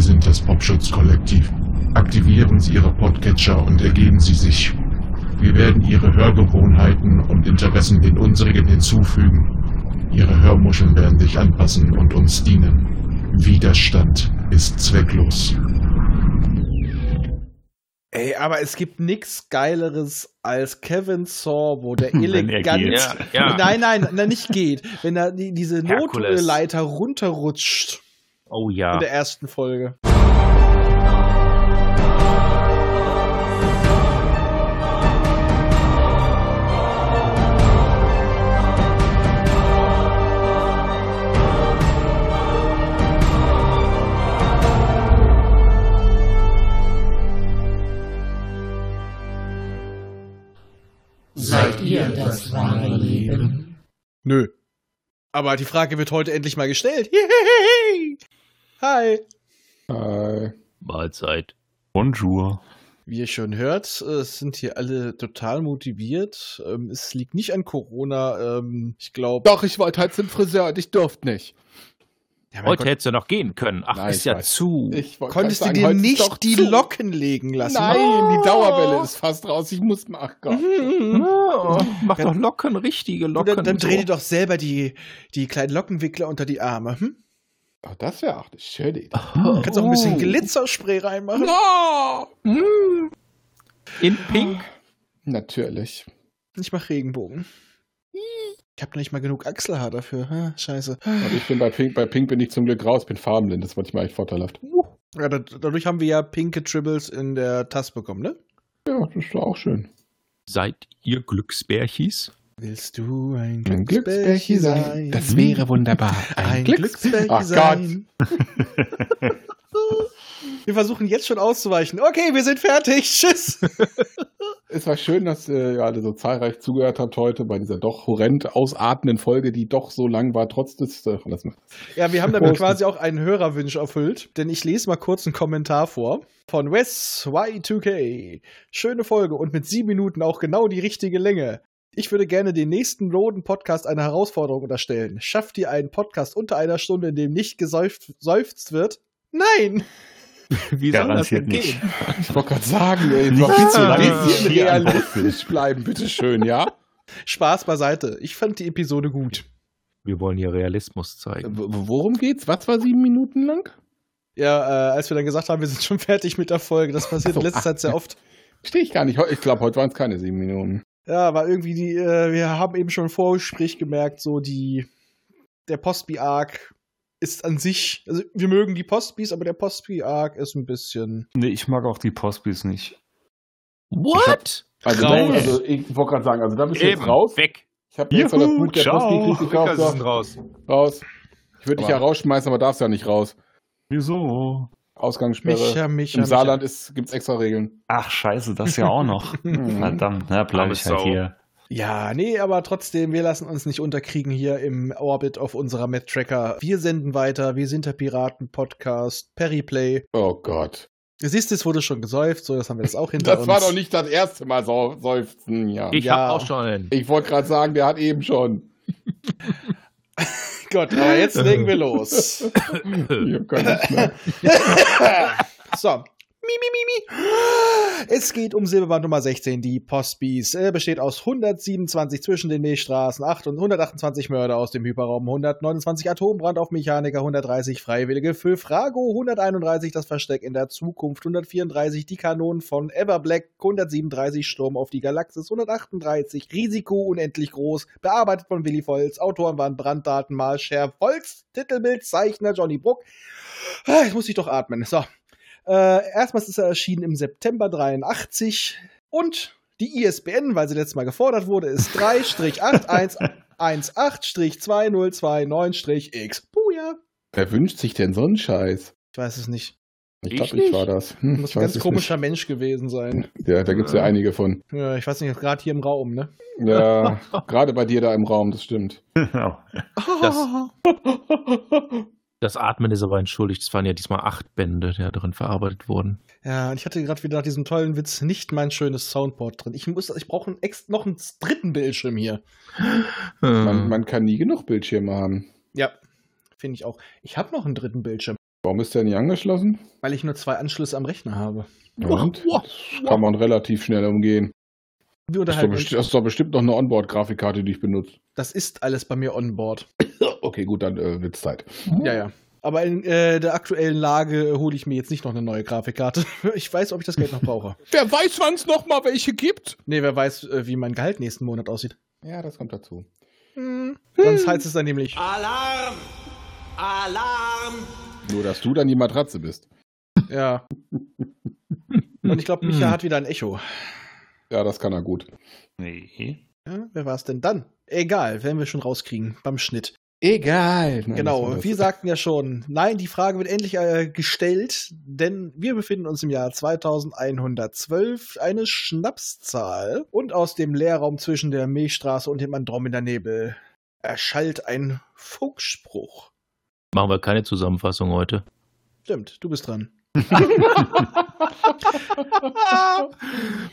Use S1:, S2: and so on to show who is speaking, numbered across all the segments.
S1: sind das Popschutz-Kollektiv. Aktivieren Sie Ihre Podcatcher und ergeben Sie sich. Wir werden Ihre Hörgewohnheiten und Interessen den unsrigen hinzufügen. Ihre Hörmuscheln werden sich anpassen und uns dienen. Widerstand ist zwecklos.
S2: Ey, aber es gibt nichts Geileres als Kevin Saw, wo der
S3: Wenn er
S2: elegant.
S3: geht.
S4: Ja, ja.
S2: Nein, nein, na, nicht geht. Wenn da die, diese
S4: Herkules.
S2: Notleiter runterrutscht
S3: Oh ja.
S2: in der ersten Folge.
S5: Seid ihr das wahre Leben?
S2: Nö. Aber die Frage wird heute endlich mal gestellt. Hihihihi. Hi.
S6: Äh,
S3: Mahlzeit. Bonjour.
S2: Wie ihr schon hört, äh, es sind hier alle total motiviert. Ähm, Es liegt nicht an Corona. ähm, Ich glaube.
S6: doch, ich wollte heute zum Friseur und ich durfte nicht.
S2: Ja, mein
S3: Heute
S2: Gott,
S3: hättest du noch gehen können. Ach,
S6: Nein,
S3: ist
S6: ich
S3: ja
S6: weiß.
S3: zu.
S6: Ich wollte
S2: konntest du
S6: grad sagen,
S2: dir
S6: heute ist
S2: nicht
S6: doch
S2: die
S6: zu.
S2: Locken legen lassen? Oh.
S6: Nein, die Dauerwelle ist fast raus. Ich muss mal. Ach Gott.
S2: Mhm.
S3: Oh, mach doch Locken, richtige
S2: Du,
S3: Locken.
S2: dann, dann dreh
S3: so.
S2: dir doch selber die, die kleinen Lockenwickler unter die Arme. Hm?
S6: Ach, Oh, das wäre auch eine schöne Idee.
S2: Kannst auch ein bisschen
S3: Oh.
S2: Glitzerspray reinmachen.
S3: In Pink.
S6: Natürlich.
S2: Ich mach Regenbogen. Ich habe nicht mal genug Achselhaar dafür. Ha, scheiße.
S6: Und ich bin bei Pink, bei Pink bin ich zum Glück raus, bin farbenblind. Das wollte ich mir eigentlich vorteilhaft.
S2: Ja, dad- dadurch haben wir ja pinke Tribbles in der Tasse bekommen, ne?
S6: Ja, das ist doch auch schön.
S3: Seid ihr Glücksbärchis?
S2: Willst du ein Glücksbärchen Mhm.
S6: Ein Glücksbärchen sein. Das wäre wunderbar.
S2: ein Glücksbärchen
S6: Ach
S2: sein. wir versuchen jetzt schon auszuweichen. Okay, wir sind fertig. Tschüss.
S6: Es war schön, dass äh, ihr alle so zahlreich zugehört habt heute bei dieser doch horrend ausatmenden Folge, die doch so lang war, trotz des. Äh, lass mal.
S2: Ja, wir haben damit
S6: Prost.
S2: quasi auch einen Hörerwunsch erfüllt, denn ich lese mal kurz einen Kommentar vor von Wes Y2K. Schöne Folge und mit sieben Minuten auch genau die richtige Länge. Ich würde gerne den nächsten roten Podcast eine Herausforderung unterstellen. Schafft ihr einen Podcast unter einer Stunde, in dem nicht geseufzt seufzt wird? Nein!
S3: Wie
S4: Garantiert
S3: denn gehen?
S4: nicht.
S6: Ich wollte gerade sagen, ey,
S3: Nicht
S6: doch ein
S3: zu lange
S6: bisschen
S3: hier an Bord
S6: realistisch bleiben, bitteschön, ja?
S2: Spaß beiseite. Ich fand die Episode gut.
S3: Wir wollen hier Realismus
S6: W-
S3: zeigen.
S6: w- Worum geht's? Was war sieben Minuten lang?
S2: Ja, äh, als wir dann gesagt haben, wir sind schon fertig mit der Folge, das passiert in letzter Zeit sehr oft.
S6: Verstehe ich gar nicht. Heu- Ich glaube, heute waren es keine sieben Minuten.
S2: Ja, war irgendwie die, äh, wir haben eben schon im Vorgespräch gemerkt, so die, der Postby-Arc ist an sich, also wir mögen die Postbys, aber der Postby-Arc ist ein bisschen.
S4: Nee, ich mag auch die Postbis nicht.
S3: What?
S6: Also,
S3: Raus.
S6: da, also ich wollte gerade sagen, also da bist du jetzt raus.
S3: Weg.
S6: Ich habe jetzt noch das
S3: Juhu,
S6: Buch der
S3: ciao.
S6: Post gekriegt. Ich glaub,
S3: Rückers
S6: so,
S3: sind raus.
S6: raus. Ich würde dich ja
S3: Aber-
S6: rausschmeißen, aber darfst ja nicht raus.
S4: Wieso?
S6: Ausgangssperre.
S2: Micha,
S6: Im Saarland ist- gibt's extra Regeln.
S4: Ach, scheiße, das ja auch noch. Verdammt, na, bleibe
S3: Arme
S4: ich halt
S3: Sau.
S4: hier.
S2: Ja, nee, aber trotzdem, wir lassen uns nicht unterkriegen hier im Orbit auf unserer Map-Tracker. Wir senden weiter, wir sind der Piraten-Podcast, Periplay.
S6: Oh Gott.
S2: Du siehst, es wurde schon gesäuft, so, das haben wir das auch hinter
S6: Das
S2: uns.
S6: war doch nicht das erste Mal sau- seufzen, ja.
S3: Ich
S2: Ja.
S3: hab auch schon einen.
S6: Ich wollte gerade sagen, der hat eben schon.
S2: Gott, aber jetzt legen wir los.
S6: Ich hab gar nicht mehr.
S2: So. Mi, mi, mi, mi. Es geht um Silberband Nummer 16, die Postbees. Er besteht aus 127 zwischen den Milchstraßen, 8 und 128 Mörder aus dem Hyperraum, 129 Atombrand auf Mechaniker, 130 Freiwillige für Frago, 131 das Versteck in der Zukunft, 134 die Kanonen von Everblack, 137 Sturm auf die Galaxis, 138 Risiko unendlich groß, bearbeitet von Willi Volz, Autoren waren Branddaten, Malscher, Volz, Titelbild, Zeichner Johnny Bruck. Ah, Jetzt muss ich doch atmen. So. Äh, erstmals ist er erschienen im September 83 und die ISBN, weil sie letztes Mal gefordert wurde, ist 3-8118-2029-X. Buja!
S6: Wer wünscht sich denn so einen Scheiß?
S2: Ich weiß es nicht.
S6: Ich
S3: Ich
S6: glaube, ich
S3: nicht.
S6: war das. Hm,
S2: Muss
S6: ich
S2: ein
S6: weiß
S2: ganz
S6: es
S2: komischer Mensch gewesen sein.
S6: nicht. Ja, da gibt's ja einige von.
S2: Ja, ich weiß nicht, gerade hier im Raum, ne?
S6: Ja, gerade bei dir da im Raum, das stimmt.
S4: Genau.
S3: Das, das Atmen ist aber entschuldigt. Es waren ja diesmal acht Bände, die da drin verarbeitet wurden.
S2: Ja, und ich hatte gerade wieder nach diesem tollen Witz nicht mein schönes Soundboard drin. Ich, muss- ich brauche noch einen dritten Bildschirm hier.
S6: Man, man kann nie genug Bildschirme haben.
S2: Ja, finde ich auch. Ich habe noch einen dritten Bildschirm.
S6: Warum ist der nicht angeschlossen?
S2: Weil ich nur zwei Anschlüsse am Rechner habe.
S6: Ja, und? Das kann man relativ schnell umgehen.
S2: Wir
S6: Das ist, doch
S2: unterhalten
S6: besti-
S2: uns.
S6: das ist doch bestimmt noch eine Onboard-Grafikkarte, die ich benutze.
S2: Das ist alles bei mir onboard.
S6: Okay, gut, dann äh, wird's Zeit.
S2: Ja, ja. Aber in äh, der aktuellen Lage äh, hole ich mir jetzt nicht noch eine neue Grafikkarte. Ich weiß, ob ich das Geld noch brauche.
S6: Wer weiß, wann es nochmal welche gibt?
S2: Nee, wer weiß, äh, wie mein Gehalt nächsten Monat aussieht.
S6: Ja, das kommt dazu.
S2: Hm. Sonst heißt es dann nämlich.
S7: Alarm! Alarm!
S6: Nur, dass du dann die Matratze bist.
S2: Ja. Und ich glaube, Micha hat wieder ein Echo.
S6: Ja, das kann er gut.
S4: Nee.
S2: Ja, wer war es denn dann? Egal, werden wir schon rauskriegen beim Schnitt.
S6: Egal.
S2: genau, wir sagten ja schon, nein, die Frage wird endlich äh, gestellt, denn wir befinden uns im Jahr 2112, eine Schnapszahl. Und aus dem Leerraum zwischen der Milchstraße und dem Andromeda-Nebel erschallt ein Funkspruch.
S3: Machen wir keine Zusammenfassung heute.
S2: Stimmt, du bist dran.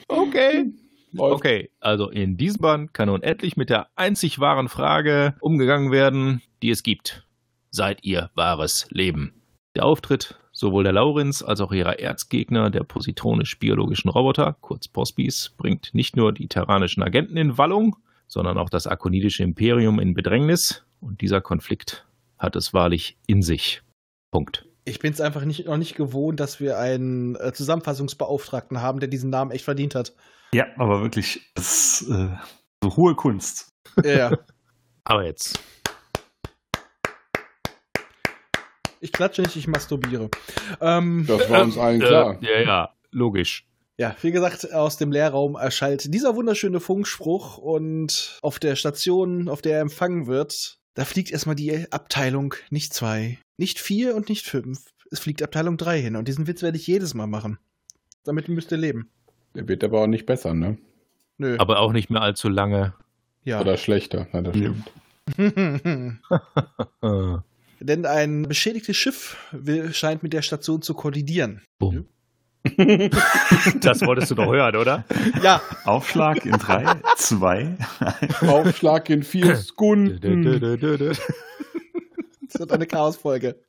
S3: Okay.
S6: Läuft.
S3: Okay, also in diesem Band kann nun endlich mit der einzig wahren Frage umgegangen werden, die es gibt. Seid ihr wahres Leben? Der Auftritt sowohl der Laurenz als auch ihrer Erzgegner, der positronisch-biologischen Roboter, kurz Pospis, bringt nicht nur die terranischen Agenten in Wallung, sondern auch das akonidische Imperium in Bedrängnis. Und dieser Konflikt hat es wahrlich in sich. Punkt.
S2: Ich bin es einfach nicht, noch nicht gewohnt, dass wir einen äh, Zusammenfassungsbeauftragten haben, der diesen Namen echt verdient hat.
S4: Ja, aber wirklich, das ist äh, so hohe Kunst.
S2: Ja, ja.
S3: Aber jetzt
S2: Ich klatsche nicht, ich masturbiere. Ähm,
S6: Das war uns allen klar.
S3: Äh, ja, ja, logisch.
S2: ja, wie gesagt, aus dem Leerraum erschallt dieser wunderschöne Funkspruch und auf der Station, auf der er empfangen wird, da fliegt erstmal die Abteilung nicht zwei, nicht vier und nicht fünf. Es fliegt Abteilung drei hin und diesen Witz werde ich jedes Mal machen. Damit müsst ihr leben.
S6: Der wird aber auch nicht besser, ne?
S2: Nö.
S3: Aber auch nicht mehr allzu lange.
S2: ja.
S6: Oder schlechter. Na, das stimmt.
S3: Äh,
S2: Denn ein beschädigtes Schiff will, scheint mit der Station zu kollidieren.
S3: bumm. Hm? das wolltest du doch hören, oder?
S2: Ja,
S4: Aufschlag in drei, zwei.
S6: Aufschlag in vier Sekunden.
S2: das wird eine Chaosfolge. Ah.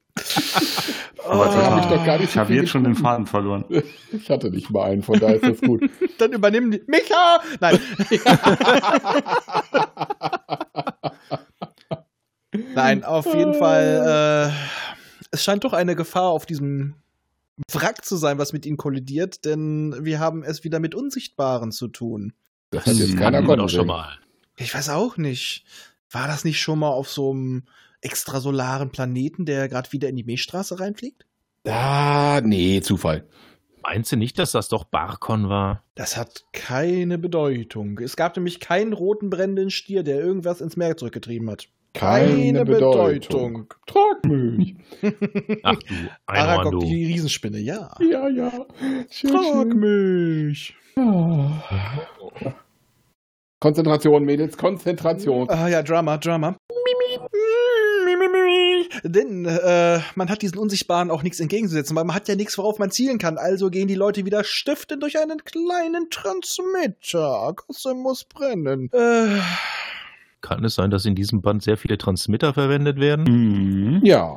S6: Oh.
S4: Aber
S6: da hab
S4: total.
S6: ich doch gar nicht
S4: ich
S6: so
S4: habe
S6: viel
S4: jetzt schon den
S6: getrunken.
S4: Faden verloren.
S6: Ich hatte nicht mal einen, von daher ist das gut.
S2: Dann übernehmen die. Micha! Nein. Nein, auf jeden Fall. Äh, es scheint doch eine Gefahr auf diesem Wrack zu sein, was mit ihnen kollidiert, denn wir haben es wieder mit Unsichtbaren zu tun.
S6: Das hat jetzt keiner
S3: hatten wir doch
S6: konnten.
S3: schon mal.
S2: Ich weiß auch nicht. War das nicht schon mal auf so einem extrasolaren Planeten, der gerade wieder in die Milchstraße reinfliegt?
S6: Ah, nee, Zufall.
S3: Meinst du nicht, dass das doch Barkon war?
S2: Das hat keine Bedeutung. Es gab nämlich keinen roten brennenden Stier, der irgendwas ins Meer zurückgetrieben hat.
S6: Keine Bedeutung. Trag mich.
S3: Ach du, Einhorn,
S2: Aragog,
S3: du.
S2: die Riesenspinne, ja.
S6: Ja, ja. Schön, schön.
S2: mich.
S6: Konzentration, Mädels, Konzentration.
S2: Ah ja, Drama, Drama. Denn äh, man hat diesen Unsichtbaren auch nichts entgegenzusetzen, weil man hat ja nichts, worauf man zielen kann. Also gehen die Leute wieder stiften durch einen kleinen Transmitter. Kosse muss brennen. Äh,
S3: Kann es sein, dass in diesem Band sehr viele Transmitter verwendet werden?
S4: Mhm.
S6: Ja.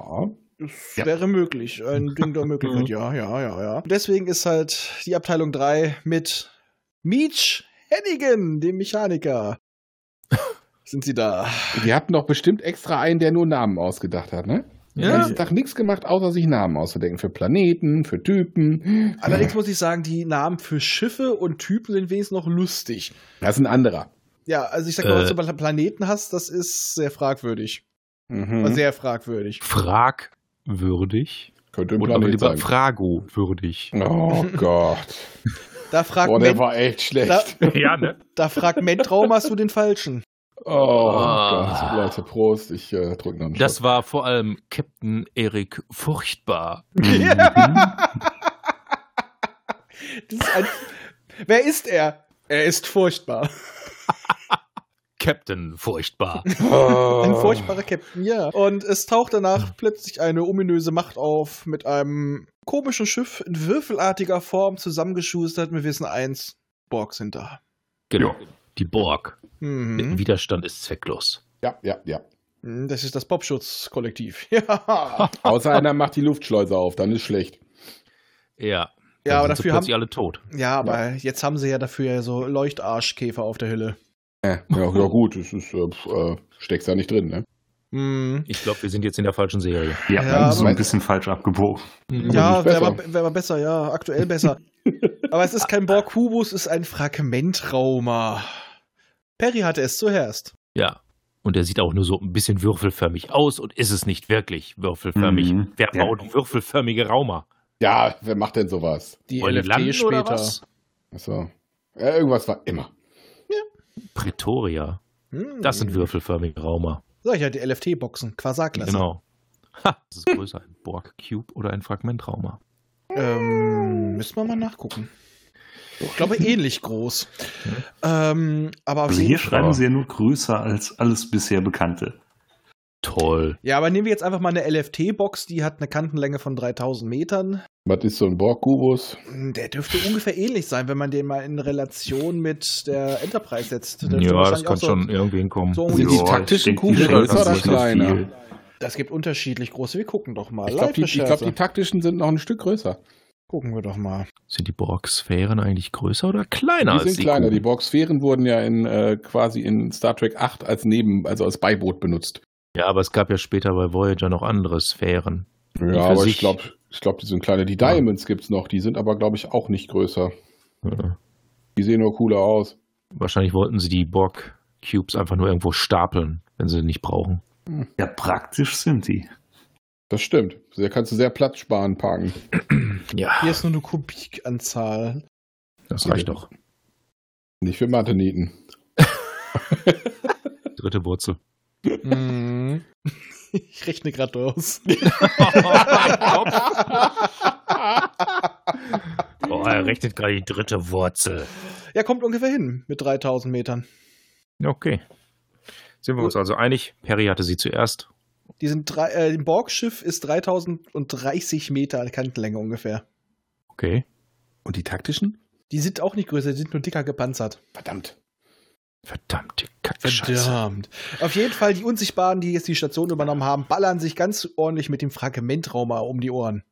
S2: es
S4: Ja.
S2: wäre möglich. Ein Ding der Möglichkeit, ja, ja, ja, ja. Deswegen ist halt die Abteilung 3 mit Meech Hennigan, dem Mechaniker. Sind sie da?
S6: Die hatten doch bestimmt extra einen, der nur Namen ausgedacht hat, ne? Den
S3: Ja.
S6: ganzen Tag nichts gemacht, außer sich Namen auszudenken. Für Planeten, für Typen.
S2: Allerdings muss ich sagen, die Namen für Schiffe und Typen sind wenigstens noch lustig.
S6: Das ist ein anderer.
S2: Ja, also ich sag mal,
S3: Äh.
S2: was du bei Planeten hast, das ist sehr fragwürdig.
S6: Mhm.
S2: War Sehr fragwürdig.
S3: Fragwürdig?
S6: Könnte ein
S3: Oder aber
S6: Planet
S3: lieber
S6: sein.
S3: fragowürdig?
S6: oh Gott.
S2: Da fragt,
S6: Boah, der
S2: Men,
S6: war echt
S2: da,
S6: schlecht.
S3: Ja, ne?
S2: da fragt Mentraum, hast du den falschen.
S6: Oh,
S3: Ah.
S6: Gott, Leute, Prost. Ich äh, drücke noch einen
S3: Das war vor allem Captain Erik furchtbar.
S4: Mhm.
S2: Das ist ein, wer ist er? Er ist furchtbar.
S3: Captain furchtbar.
S2: Ein
S3: Oh.
S6: Ein
S2: furchtbarer Captain, ja. Und es taucht
S3: Hm.
S2: danach plötzlich eine ominöse Macht auf mit einem komischen Schiff in würfelartiger Form zusammengeschustert. Wir wissen eins, Borg sind da.
S3: Genau. Die Borg.
S2: Mhm.
S3: Der Widerstand ist zwecklos.
S6: Ja, ja, ja.
S2: Hm, Das ist das Popschutzkollektiv. Ja,
S6: Außer einer macht die Luftschleuse auf, dann ist schlecht.
S3: Ja.
S2: ja aber
S3: sind sie
S2: dafür haben,
S3: plötzlich alle tot.
S2: ja, aber jetzt haben sie ja dafür so Leuchtarschkäfer auf der Hülle.
S6: Äh, ja, ja gut, es ist, äh, pf, äh, steckst ja nicht drin, ne?
S2: Hm.
S3: Ich glaube, wir sind jetzt in der falschen Serie.
S4: Ja,
S2: Ja,
S4: so ein
S6: aber-
S4: bisschen falsch abgebogen.
S3: Hm,
S2: Ja,
S6: nicht besser.
S2: wäre aber, wär aber besser, ja, aktuell besser. aber es ist kein Borg-Kubus, es ist ein Fragmentrauma. Perry hatte es zuerst.
S3: Ja. Und er sieht auch nur so ein bisschen würfelförmig aus und ist es nicht wirklich würfelförmig.
S4: Mhm.
S3: Wer
S4: Ja.
S3: baut würfelförmige Raumer?
S6: Ja, wer macht denn sowas?
S2: Die
S3: Wollen die landen
S2: später.
S3: oder was?
S6: Achso. Ja, irgendwas war immer.
S3: Pretoria.
S2: Hm.
S3: Das sind würfelförmige Raumer.
S2: Sag ich ja, die LFT-Boxen, Quasarklasse.
S3: Genau. Ha, das ist größer, ein Borg-Cube oder ein Fragmentrauma.
S2: Ähm, müssen wir mal nachgucken. Ich glaube, ähnlich groß. Ähm, aber auf
S4: Also
S2: jeden
S4: hier
S2: Fall.
S4: schreiben sie ja nur größer als alles bisher Bekannte.
S3: Toll.
S2: Ja, aber nehmen wir jetzt einfach mal eine LFT-Box, die hat eine Kantenlänge von 3000 Metern.
S6: Was ist so ein Borg-Kubus?
S2: Der dürfte ungefähr ähnlich sein, wenn man den mal in Relation mit der Enterprise setzt. Der dürfte
S3: Ja, das
S2: wahrscheinlich auch
S3: kann
S2: so-
S3: schon irgendwie hinkommen.
S2: so
S6: Sind die
S2: Ja,
S6: taktischen
S4: ich denke, die
S6: Kugeln
S4: schenken
S6: größer oder
S4: sich noch
S6: kleiner?
S4: viel.
S2: Das gibt unterschiedlich große. Wir gucken doch mal.
S6: Ich glaube, die, ich glaub, die
S2: Live-Recherche.
S6: taktischen sind noch ein Stück größer.
S2: gucken wir doch mal.
S3: Sind die Borg-Sphären eigentlich größer oder kleiner
S6: die sind kleiner. Die
S3: Kugeln?
S6: Borg-Sphären wurden ja in, äh, quasi in Star Trek 8 als Neben, also als Beiboot benutzt.
S3: Ja, aber es gab ja später bei Voyager noch andere Sphären. für
S6: Ja, aber
S3: sich-
S6: ich glaube, ich glaub, die sind kleiner. Die Diamonds gibt's noch, die sind aber, glaube ich, auch nicht größer.
S3: Ja.
S6: Die sehen nur cooler aus.
S3: Wahrscheinlich wollten sie die Borg-Cubes einfach nur irgendwo stapeln, wenn sie sie nicht brauchen.
S4: Ja, praktisch sind die.
S6: Das stimmt. Da kannst du sehr Platz sparen, parken.
S3: Ja,
S2: Hier ist nur eine Kubikanzahl.
S3: das reicht doch.
S6: Nicht für Matheniten.
S3: Dritte Wurzel.
S2: Hm. Ich rechne gerade durch.
S3: Oh, er rechnet gerade die dritte Wurzel.
S2: Ja, kommt ungefähr hin mit 3000 Metern.
S3: Okay. Sind wir uns also einig? Perry hatte sie zuerst.
S2: Die sind drei, äh, ein Borgschiff ist 3030 Meter Kantenlänge ungefähr.
S3: Okay.
S6: Und die taktischen?
S2: Die sind auch nicht größer, die sind nur dicker gepanzert.
S6: Verdammt.
S3: Verdammte Kacke. Scheiße.
S2: Auf jeden Fall, die Unsichtbaren, die jetzt die Station übernommen haben, ballern sich ganz ordentlich mit dem Fragmentrauma um die Ohren.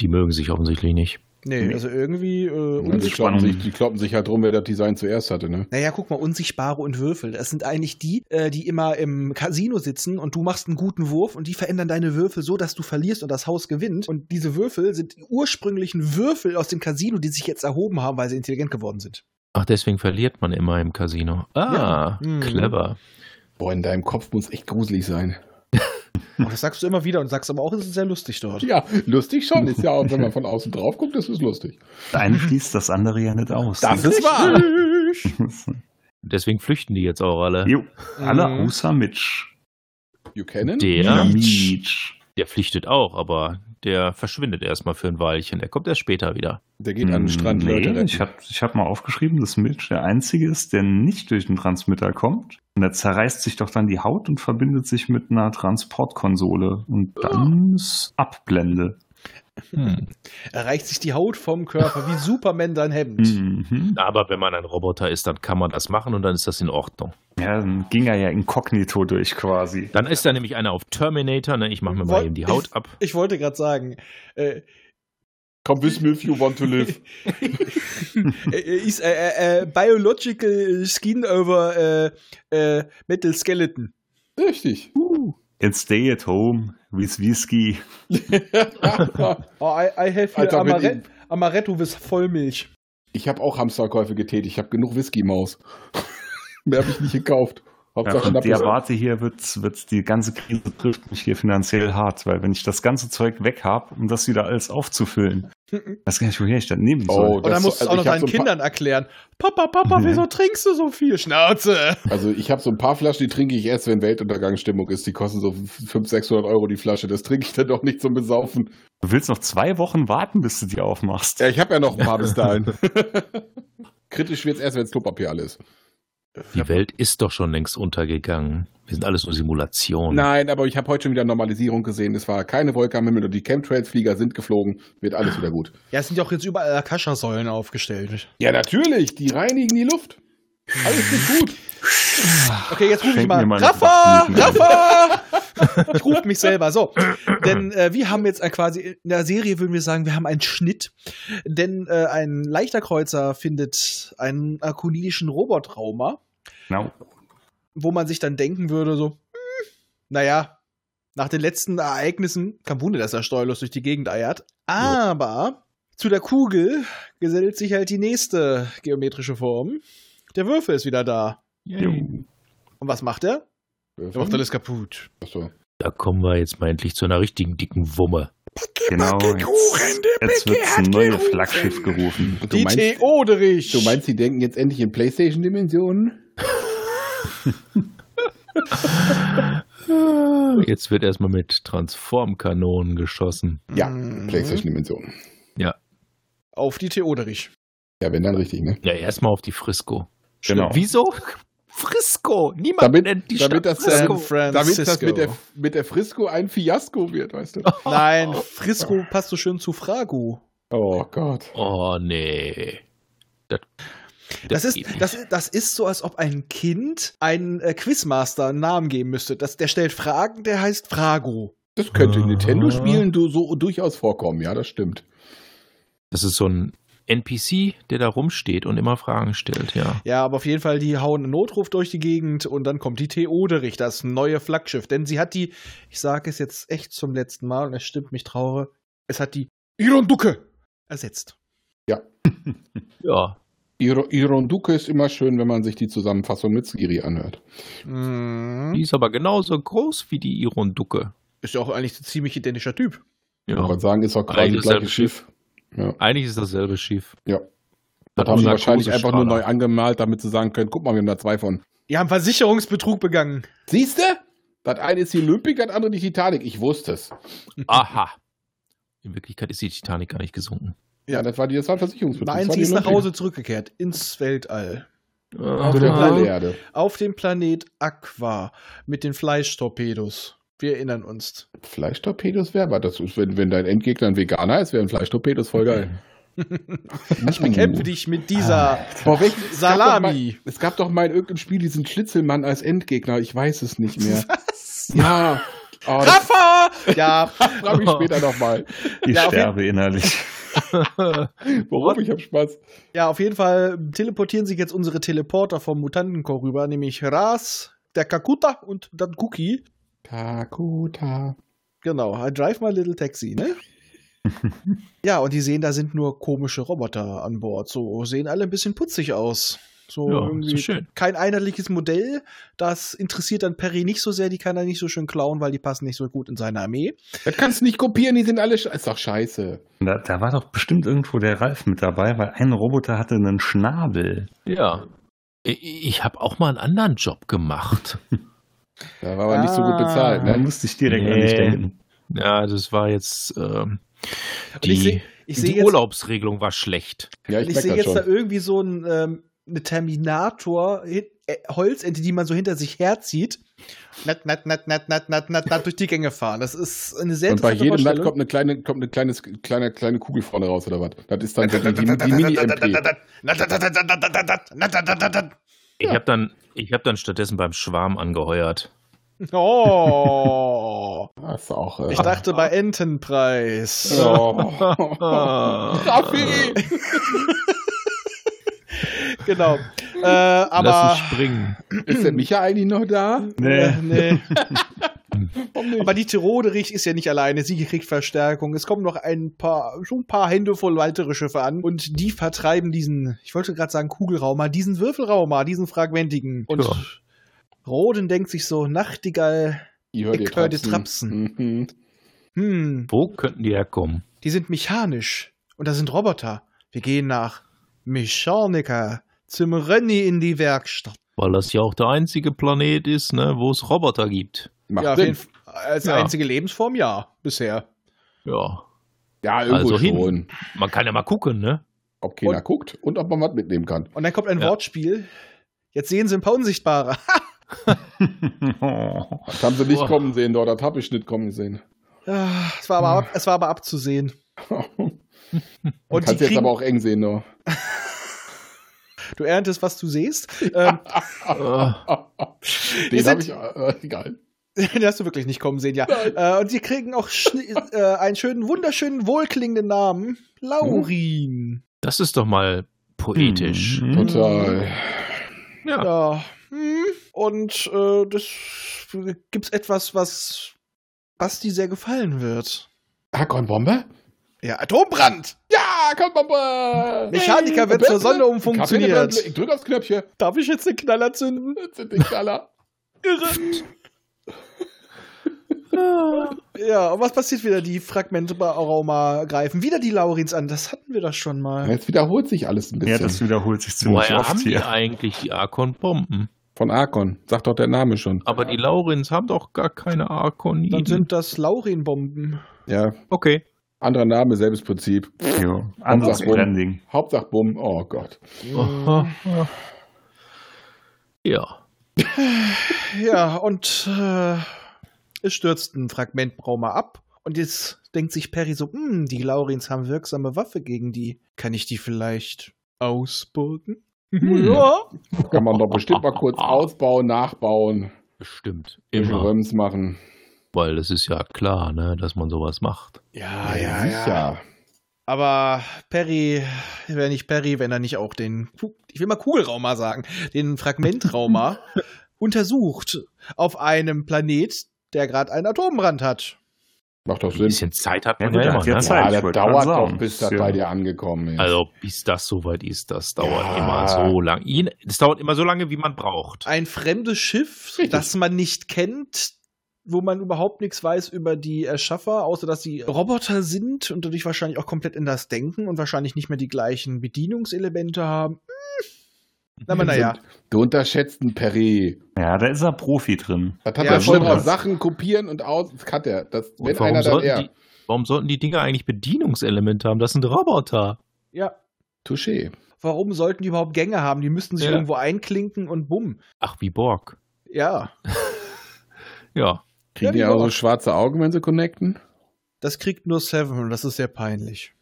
S3: Die mögen sich offensichtlich nicht.
S2: Nee,
S4: Nee.
S2: also irgendwie. Äh,
S6: Und
S2: unsichtbar.
S6: Also die, kloppen sich, die kloppen sich halt rum, wer das Design zuerst hatte, ne?
S2: Naja, guck mal, Unsichtbare und Würfel. Das sind eigentlich die, äh, die immer im Casino sitzen und du machst einen guten Wurf und die verändern deine Würfel so, dass du verlierst und das Haus gewinnt. Und diese Würfel sind die ursprünglichen Würfel aus dem Casino, die sich jetzt erhoben haben, weil sie intelligent geworden sind.
S3: Ach, deswegen verliert man immer im Casino. Ah,
S2: Ja. Mhm.
S3: clever.
S6: Boah, in deinem Kopf muss echt gruselig sein.
S2: Und das sagst du immer wieder und sagst aber auch, es ist sehr lustig dort.
S6: Hm. Ja, lustig schon. Ist ja auch, wenn man von außen drauf guckt, ist es lustig.
S4: Das eine schließt das andere ja nicht aus.
S6: wahr.
S3: Deswegen flüchten die jetzt auch alle.
S4: Jo, alle
S2: Mhm.
S4: außer Mitch.
S6: You kennen?
S3: Der,
S4: Mitch.
S3: der flüchtet auch, aber der verschwindet erstmal für ein Weilchen. Der kommt erst später wieder.
S6: Der geht an den Strand,
S4: Mm, Hm, nee,
S6: Leute. retten.
S4: Ich habe ich hab mal aufgeschrieben, dass Mitch der Einzige ist, der nicht durch den Transmitter kommt. Und er zerreißt sich doch dann die Haut und verbindet sich mit einer Transportkonsole. Und dann
S6: Ah.
S4: ist Abblende.
S3: Hm.
S2: Er reicht sich die Haut vom Körper wie Superman sein Hemd.
S6: Hm.
S4: Mhm.
S3: Aber wenn man ein Roboter ist, dann kann man das machen und dann ist das in Ordnung.
S4: Ja, dann ging er ja inkognito durch quasi.
S3: Dann ist da nämlich einer auf Terminator, ne? ich mache mir mal
S2: Woll-
S3: eben die Haut ab.
S2: Ich wollte gerade sagen, äh,
S6: Come with me if you want to live.
S2: äh, ist äh, äh, äh, biological skin over äh, äh, metal skeleton.
S6: Richtig.
S4: And stay at home with Whisky.
S2: Oh, I, I have here
S6: Alter, mit
S2: Amare Amaretto with Vollmilch.
S6: ich habe auch Hamsterkäufe getätigt. Ich habe genug Whisky-Maus. Mehr habe ich nicht gekauft.
S4: Ja,
S6: Hauptsache
S4: und die
S6: Schnappes.
S4: Erwarte hier wird, wird die ganze Krise trifft mich hier finanziell hart, weil wenn ich das ganze Zeug weg habe, um das wieder alles aufzufüllen, weiß gar nicht, woher ich das nehmen soll.
S6: Mhm. Oh,
S2: Und dann
S6: das
S2: musst du es
S6: so-
S2: auch noch
S6: ich hab
S2: deinen
S6: so ein paar-
S2: Kindern erklären. Papa, Papa,
S4: Mhm.
S2: wieso trinkst du so viel? Schnauze!
S6: Also ich habe so ein paar Flaschen, die trinke ich erst, wenn Weltuntergangsstimmung ist. Die kosten so 500, 600 Euro die Flasche. Das trinke ich dann doch nicht zum Besaufen.
S4: Du willst noch zwei Wochen warten, bis du die aufmachst.
S6: Ja, ich habe ja noch ein paar bis dahin. Kritisch wird es erst, wenn es Klopapier alles ist.
S3: Die Welt ist doch schon längst untergegangen. Wir sind alles nur Simulationen.
S6: Nein, aber ich habe heute schon wieder Normalisierung gesehen. Es war keine Wolke am Himmel und die Chemtrails-Flieger sind geflogen. Wird alles wieder gut.
S2: Ja, es sind ja auch jetzt überall Akasha-Säulen aufgestellt.
S6: Ja, natürlich. Die reinigen die Luft. Alles wird gut.
S2: Okay, jetzt rufe ich
S4: Schenk
S2: mal.
S4: mir mal eine
S2: Rafa!
S4: Minuten.
S2: Rafa! ich rufe mich selber. So. Denn äh, wir haben jetzt äh, quasi in der Serie, würden wir sagen, wir haben einen Schnitt. Denn äh, ein leichter Kreuzer findet einen akonidischen Robotrauma,
S4: Genau.
S2: wo man sich dann denken würde, so, hm, naja, nach den letzten Ereignissen, kein Wunder, dass er steuerlos durch die Gegend eiert. Aber zu der Kugel gesellt sich halt die nächste geometrische Form. Der Würfel ist wieder da.
S4: Jo.
S2: Und was macht er?
S6: Würfel?
S2: Er macht alles kaputt.
S6: Achso.
S3: Da kommen wir jetzt mal endlich zu einer richtigen dicken Wumme.
S4: Genau. Jetzt, jetzt wird das neue Flaggschiff gerufen.
S6: Und du,
S2: Die
S6: meinst,
S2: Theoderich.
S6: du meinst, die denken jetzt endlich in Playstation-Dimensionen?
S3: Jetzt wird erstmal mit Transformkanonen geschossen.
S6: Ja,
S2: Mhm.
S6: Playstation-Dimensionen.
S2: Auf die Theoderich.
S6: Ja, wenn dann richtig, ne?
S3: Ja, erstmal auf die Frisco.
S4: Genau.
S3: Wieso? Frisco! Niemand
S6: Damit-
S3: nennt die
S6: damit
S3: Stadt
S6: das, ähm,
S3: Frisco.
S6: Damit das
S2: Francisco.
S6: mit der, mit der Frisco ein Fiasko wird, weißt du?
S2: Oh. Nein, Frisco passt so schön zu Frago.
S6: Oh Gott.
S3: Oh, nee. Das,
S2: Das ist,
S3: geht nicht.
S2: das, das ist so, als ob ein Kind einen äh, Quizmaster einen Namen geben müsste. Das, der stellt Fragen, der heißt Frago.
S6: Das könnte in
S3: Ah.
S6: Nintendo-Spielen du so durchaus vorkommen, ja, das stimmt.
S3: das ist so ein NPC, der da rumsteht und immer Fragen stellt, ja.
S2: Ja, aber auf jeden Fall, die hauen einen Notruf durch die Gegend und dann kommt die Theoderich, das neue Flaggschiff. Denn sie hat die, ich sage es jetzt echt zum letzten Mal und es stimmt, mich trauere, es hat die Ironducke ersetzt.
S3: Ja.
S6: Iro- Ironduke ist immer schön, wenn man sich die Zusammenfassung mit Skiri anhört.
S2: Mhm.
S3: Die ist aber genauso groß wie die Ironducke.
S2: Ist ja auch eigentlich ein ziemlich identischer Typ.
S6: Ich wollte
S3: Ja.
S6: gerade sagen, ist auch quasi
S3: Eigentlich
S6: das gleiche
S3: dasselbe
S6: Schiff. Ja.
S3: Eigentlich ist dasselbe Schiff.
S6: Ja.
S3: Hat
S6: Das haben sie
S3: nur
S6: wahrscheinlich einfach nur neu
S3: Narkosestrahler.
S6: angemalt, damit sie sagen können, guck mal, wir haben da zwei von.
S2: Die haben Versicherungsbetrug begangen.
S6: Siehst du? Das eine ist die Olympik, das andere die Titanic. Ich wusste es.
S3: Aha. In Wirklichkeit ist die Titanic gar nicht gesunken.
S6: Ja, das war die, das war ein Versicherungsbetrug.
S2: Nein,
S6: das war
S2: sie
S6: die
S2: ist nach
S6: Olympik.
S2: Hause zurückgekehrt. Ins Weltall.
S6: Zu der
S2: Aha.
S6: Hohlerde.
S2: Auf dem Planet Aqua. Mit den Fleischtorpedos. Wir erinnern uns.
S6: Fleischtorpedos wäre aber das. Ist, wenn, wenn dein Endgegner ein Veganer ist, wären Fleischtorpedos voll geil.
S2: Ich
S3: Oh.
S2: bekämpfe dich mit dieser
S3: Ah.
S6: Boah, welches- es gab doch
S2: Salami.
S6: Mal, Hm. es gab doch mal in irgendeinem Spiel diesen Schlitzelmann als Endgegner. Ich weiß es nicht mehr. Ja. Oh, das
S2: Rafa! Ja, Oh.
S6: frage ich später nochmal.
S4: Ich
S2: Ja, auf
S4: sterbe innerlich.
S6: Warum? Ich habe Spaß.
S2: ja, auf jeden Fall teleportieren sich jetzt unsere Teleporter vom Mutantenchor rüber, nämlich Ras, der Kakuta und dann Cookie.
S6: Takuta.
S2: Genau, I drive my little taxi, ne? ja, und die sehen, da sind nur komische Roboter an Bord. So sehen alle ein bisschen putzig aus. So
S3: Ja, ist
S2: Oh, irgendwie
S3: so schön.
S2: kein einheitliches Modell. Das interessiert dann Perry nicht so sehr. Die kann er nicht so schön klauen, weil die passen nicht so gut in seine Armee.
S6: Das kannst du nicht kopieren, die sind alle. sche- Ist doch scheiße.
S4: Da, da war doch bestimmt irgendwo der Ralf mit dabei, weil ein Roboter hatte einen Schnabel.
S3: Ja. Ich, ich habe auch mal einen anderen Job gemacht.
S6: Da war aber nicht so gut
S2: Ah.
S6: bezahlt,
S4: Da
S6: ne?
S4: musste ich direkt an
S3: Nee.
S4: dich denken.
S3: Ja, das war jetzt.
S2: Und
S3: Ähm,
S2: ich
S3: die
S2: sehe ich seh
S3: die
S2: jetzt,
S3: Urlaubsregelung war schlecht.
S6: Ja,
S2: ich
S6: merk
S2: seh
S6: das
S2: jetzt
S6: schon.
S2: da irgendwie so ein, ähm, eine Terminator-Holzente, die man so hinter sich herzieht. Nat, nat, nat, nat, nat, nat, nat, nat durch die Gänge fahren. Das ist eine sehr
S6: Und bei jedem Land
S2: Vorstellung.
S6: kommt eine kleine, kommt eine kleine, kleine, kleine Kugel vorne raus, oder was? Das ist dann die, die, die Mini-MP.
S3: Ich habe dann, ich hab dann stattdessen beim Schwarm angeheuert.
S2: Oh.
S6: Das ist auch. Äh,
S2: Ich dachte bei Entenpreis.
S6: Oh. Raffi!
S2: Genau. Äh,
S3: Lass
S2: aber.
S3: uns springen.
S6: Ist der Micha eigentlich noch da?
S2: Äh,
S4: Nee.
S2: nee.
S6: Warum nicht?
S2: Aber die Tiroderich ist ja nicht alleine. Sie kriegt Verstärkung. Es kommen noch ein paar, schon ein paar Hände voll weitere Schiffe an. Und die vertreiben diesen, ich wollte gerade sagen Kugelraumer, diesen Würfelraumer, diesen fragmentigen. Und
S3: Ja.
S2: Roden denkt sich so, Nachtigall,
S6: Ihr hört
S2: ich
S6: ihr
S2: hör die
S6: Trapsen. Mhm.
S2: hm,
S3: Wo könnten die herkommen?
S2: die sind mechanisch. Und da sind Roboter. Wir gehen nach Mechaniker, zum Renny in die Werkstatt.
S3: Weil das ja auch der einzige Planet ist, ne, wo es Roboter gibt.
S6: Macht
S2: ja, auf jeden
S6: Sinn.
S2: Fall. Als
S3: Ja.
S2: einzige Lebensform, ja, bisher.
S3: Ja.
S6: Ja, irgendwo
S3: Also hin.
S6: schon.
S3: Man kann ja mal gucken, ne?
S6: Ob keiner
S2: Und-
S6: guckt und ob man was mitnehmen kann.
S2: Und dann kommt ein
S3: Ja.
S2: Wortspiel. Jetzt sehen sie ein paar Unsichtbare.
S4: Oh.
S6: Das haben sie nicht
S3: Boah.
S6: kommen sehen, dort. Das habe ich nicht kommen sehen.
S2: Ah, es, war aber ab, es war aber abzusehen.
S6: Und
S2: Und die
S6: Kannst jetzt
S2: kriegen,
S6: aber auch eng sehen, nur.
S2: Du erntest, was du siehst. Ähm,
S6: Den
S4: Äh.
S2: sind-
S6: habe ich, äh, egal.
S2: Ähm, Den hast du wirklich nicht kommen sehen, ja. Äh, und sie kriegen auch schn- äh, einen schönen, wunderschönen, wohlklingenden Namen. Laurin.
S3: Das ist doch mal poetisch.
S4: Mhm.
S6: Total.
S3: Ja.
S2: Ja. Hm. Und äh, das gibt's etwas, was Basti sehr gefallen wird.
S6: Argon-Bombe?
S2: Ja, Atombrand!
S6: Ja, Argon-Bombe!
S2: Mechaniker wird zur Sonne umfunktioniert.
S6: Ich drück aufs Knöpfchen.
S2: Darf ich jetzt den Knaller zünden?
S6: Das sind die Knaller.
S2: Ja, und was passiert wieder? Die Fragmente bei Aroma greifen wieder die Laurins an. Das hatten wir doch schon
S6: Ja,
S2: mal.
S6: Jetzt wiederholt sich alles ein
S4: Ja,
S6: bisschen.
S4: das wiederholt sich ziemlich
S3: Woher
S4: oft
S3: haben die
S4: hier.
S3: eigentlich die Arkon-Bomben?
S6: Von Argon. Sagt doch der Name schon.
S3: Aber die Laurins haben doch gar keine Arkoniden.
S2: Dann sind das Laurin-Bomben.
S6: Ja,
S3: okay.
S6: anderer Name, selbes Prinzip.
S4: Ja. Anderes
S6: Hauptsache-
S4: Branding.
S6: Hauptsache Bumm. Oh Gott.
S3: Ja.
S2: Ja, und äh, es stürzt ein Fragment Brauma ab. Und jetzt denkt sich Perry so, hm, die Laurins haben wirksame Waffe gegen die. Kann ich die vielleicht ausboten? Ja.
S6: Kann man doch bestimmt mal kurz ausbauen, nachbauen,
S3: Bestimmt.
S6: irgendwelche
S3: Immer.
S6: Röms machen.
S3: Weil es ist ja klar, ne, dass man sowas macht.
S2: Ah, Ja,
S6: sicher.
S2: Aber Perry wäre nicht Perry, wenn er nicht auch den, Ku- ich will mal Kugelrauma sagen, den Fragmentrauma untersucht auf einem Planet, der gerade einen Atombrand hat.
S6: Macht doch
S3: Ein
S6: Sinn.
S3: bisschen Zeit hat
S4: Ja,
S3: man
S4: gut,
S3: ja,
S4: er
S3: immer.
S4: hat ja
S3: ne?
S4: Zeit.
S6: Ja,
S4: ich
S6: das
S4: wollte
S6: dauert
S4: gerade sagen.
S6: doch, bis das
S4: Ja.
S6: bei dir angekommen ist.
S3: Also bis das soweit ist, das dauert
S6: Ja.
S3: immer so lang. Ihn- Das dauert immer so lange, wie man braucht.
S2: Ein fremdes Schiff,
S6: Richtig.
S2: das man nicht kennt, wo man überhaupt nichts weiß über die Erschaffer, außer dass sie Roboter sind und dadurch wahrscheinlich auch komplett in das Denken und wahrscheinlich nicht mehr die gleichen Bedienungselemente haben. Hm. Na, aber naja.
S6: du unterschätzt einen Perry.
S4: Ja, da ist er Profi drin.
S6: Das hat
S2: Ja,
S6: er schon
S2: stimmt.
S6: drauf. Sachen kopieren und aus. Das kann der. Das,
S3: Und
S6: wenn
S3: warum,
S6: einer dann
S3: sollten
S6: er.
S3: die, warum sollten die Dinger eigentlich Bedienungselemente haben? Das sind Roboter.
S2: Ja.
S6: Touché.
S2: Warum sollten die überhaupt Gänge haben? Die müssten sich
S3: Ja.
S2: irgendwo einklinken und bumm.
S3: Ach, wie Borg.
S2: Ja.
S3: Ja.
S2: Ja,
S6: Kriegen die
S2: die
S6: auch so
S2: auch.
S6: schwarze Augen, wenn sie connecten?
S2: Das kriegt nur Seven und das ist sehr peinlich.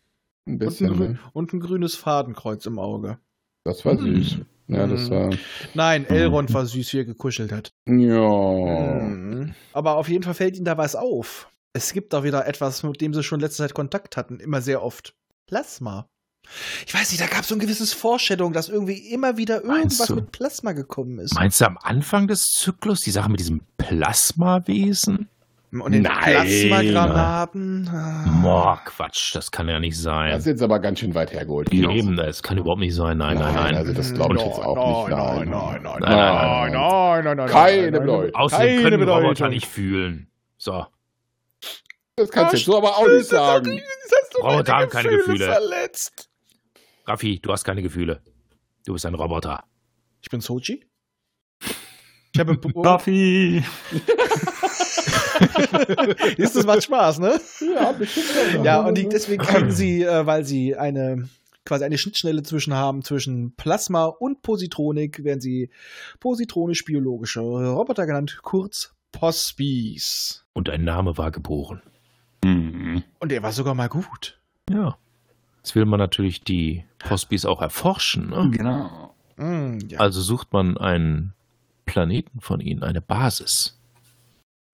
S2: Und
S6: Ein
S2: ein,
S6: bisschen.
S2: grü-
S6: ne?
S2: und ein grünes Fadenkreuz im Auge.
S6: Das war
S3: Mhm.
S6: süß. Ja,
S2: Mhm.
S6: das war.
S2: Nein,
S6: Hm.
S2: Elrond war süß, wie er gekuschelt hat.
S6: Ja.
S2: Mhm. Aber auf jeden Fall fällt ihnen da was auf. Es gibt da wieder etwas, mit dem sie schon letzte Zeit Kontakt hatten, immer sehr oft. Plasma. Ich weiß nicht, da gab es so ein gewisses Foreshadowing, dass irgendwie immer wieder
S3: Meinst
S2: irgendwas
S3: du?
S2: mit Plasma gekommen ist.
S3: Meinst du am Anfang des Zyklus die Sache mit diesem Plasmawesen?
S2: Und den
S6: Nein.
S2: Plasmagranaten. Ah.
S3: Boah, Quatsch, das kann ja nicht sein.
S6: Das ist jetzt aber ganz schön weit hergeholt.
S3: Eben, das kann überhaupt nicht sein. Nein, nein, nein.
S6: Also das glaube ich
S2: Nein,
S6: jetzt auch nicht.
S2: nein, nein,
S6: nein,
S3: nein,
S2: nein, nein, nein.
S6: Keine
S2: nein, nein,
S6: Bedeutung.
S2: nein.
S3: Außerdem
S2: Keine
S3: können
S2: Bedeutung.
S3: Roboter nicht fühlen. So,
S6: Das kannst du jetzt so aber auch nicht sagen.
S3: Roboter haben keine Gefühle.
S2: Verletzt.
S3: Raffi, du hast keine Gefühle. Du bist ein Roboter.
S2: Ich bin Sochi. Ich habe
S3: Oh.
S4: Buffy!
S2: Ist das macht Spaß, ne?
S6: Ja, bestimmt.
S2: Ja, und die, deswegen kriegen sie, äh, weil sie eine quasi eine Schnittstelle zwischen haben, zwischen Plasma und Positronik, werden sie positronisch-biologische Roboter genannt, kurz POSBIs.
S3: Und ein Name war geboren.
S4: Hm.
S2: Und der war sogar mal gut.
S3: Ja. Jetzt will man natürlich die Postbis auch erforschen. Ne?
S4: Genau.
S2: Mm, ja.
S3: Also sucht man einen Planeten von ihnen, eine Basis.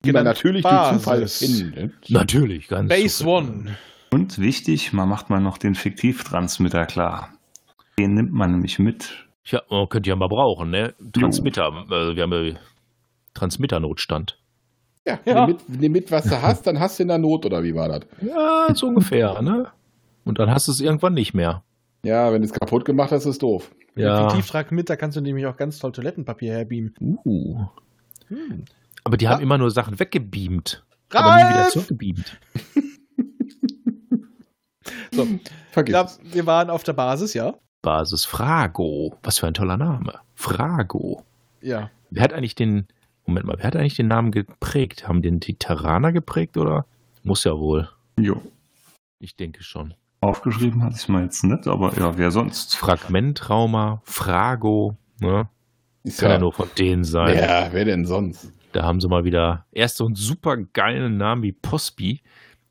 S6: die man natürlich durch
S2: Basis.
S6: Zufall findet.
S3: Natürlich, ganz.
S2: Base
S3: zufällig.
S2: One.
S4: Und wichtig, man macht mal noch den Fiktivtransmitter klar. Den nimmt man nämlich mit.
S3: Ja, man könnte ja mal brauchen, ne? Transmitter. Also wir haben ja Transmitternotstand.
S6: Ja,
S2: Ja.
S6: Nimm, mit, nimm mit, was du hast, dann hast du in der Not, oder wie war das?
S3: Ja, so ungefähr, ne? Und dann hast du es irgendwann nicht mehr.
S6: Ja, wenn du es kaputt gemacht hast, ist doof.
S3: Ja.
S2: Fiktivtrag mit, da kannst du nämlich auch ganz toll Toilettenpapier herbeamen.
S3: Uh. Ah. Aber die haben
S2: Ja.
S3: immer nur Sachen weggebeamt. Aber nie wieder
S2: Ralf!
S3: zurückgebeamt.
S6: Vergiss
S2: Ja,
S6: es.
S2: wir waren auf der Basis, ja.
S3: Basis Frago. Was für ein toller Name. Frago.
S2: Ja.
S3: Wer hat eigentlich den, Moment mal, wer hat eigentlich den Namen geprägt? Haben den die Terraner geprägt oder? Muss ja wohl.
S4: Jo.
S3: Ich denke schon.
S4: Aufgeschrieben hatte ich mal jetzt nicht, aber ja, wer sonst?
S3: Fragmentrauma, Frago, ne?
S6: Ist
S3: Kann ja,
S6: ja,
S3: nur von denen sein.
S6: ja, wer denn sonst?
S3: Da haben sie mal wieder erst so einen super geilen Namen wie Pospi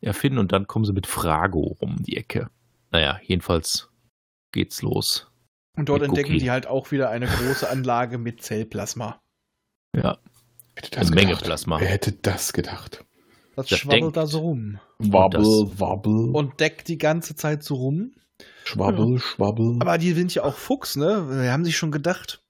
S3: erfinden und dann kommen sie mit Frago um die Ecke. Naja, jedenfalls geht's los.
S2: Und dort
S3: Mit
S2: entdecken
S3: Cookie.
S2: die halt auch wieder eine große Anlage mit Zellplasma.
S3: Ja,
S6: Hätte
S3: eine Menge Plasma.
S6: Wer hätte das gedacht?
S2: Das,
S3: Das
S2: schwabbelt
S3: denkt.
S2: da so rum.
S6: Wabbel,
S3: das-
S6: wabbel,
S2: Und deckt die ganze Zeit so rum.
S6: schwabbel, schwabbel.
S2: Aber die sind ja auch Fuchs, ne? Die haben sich schon gedacht,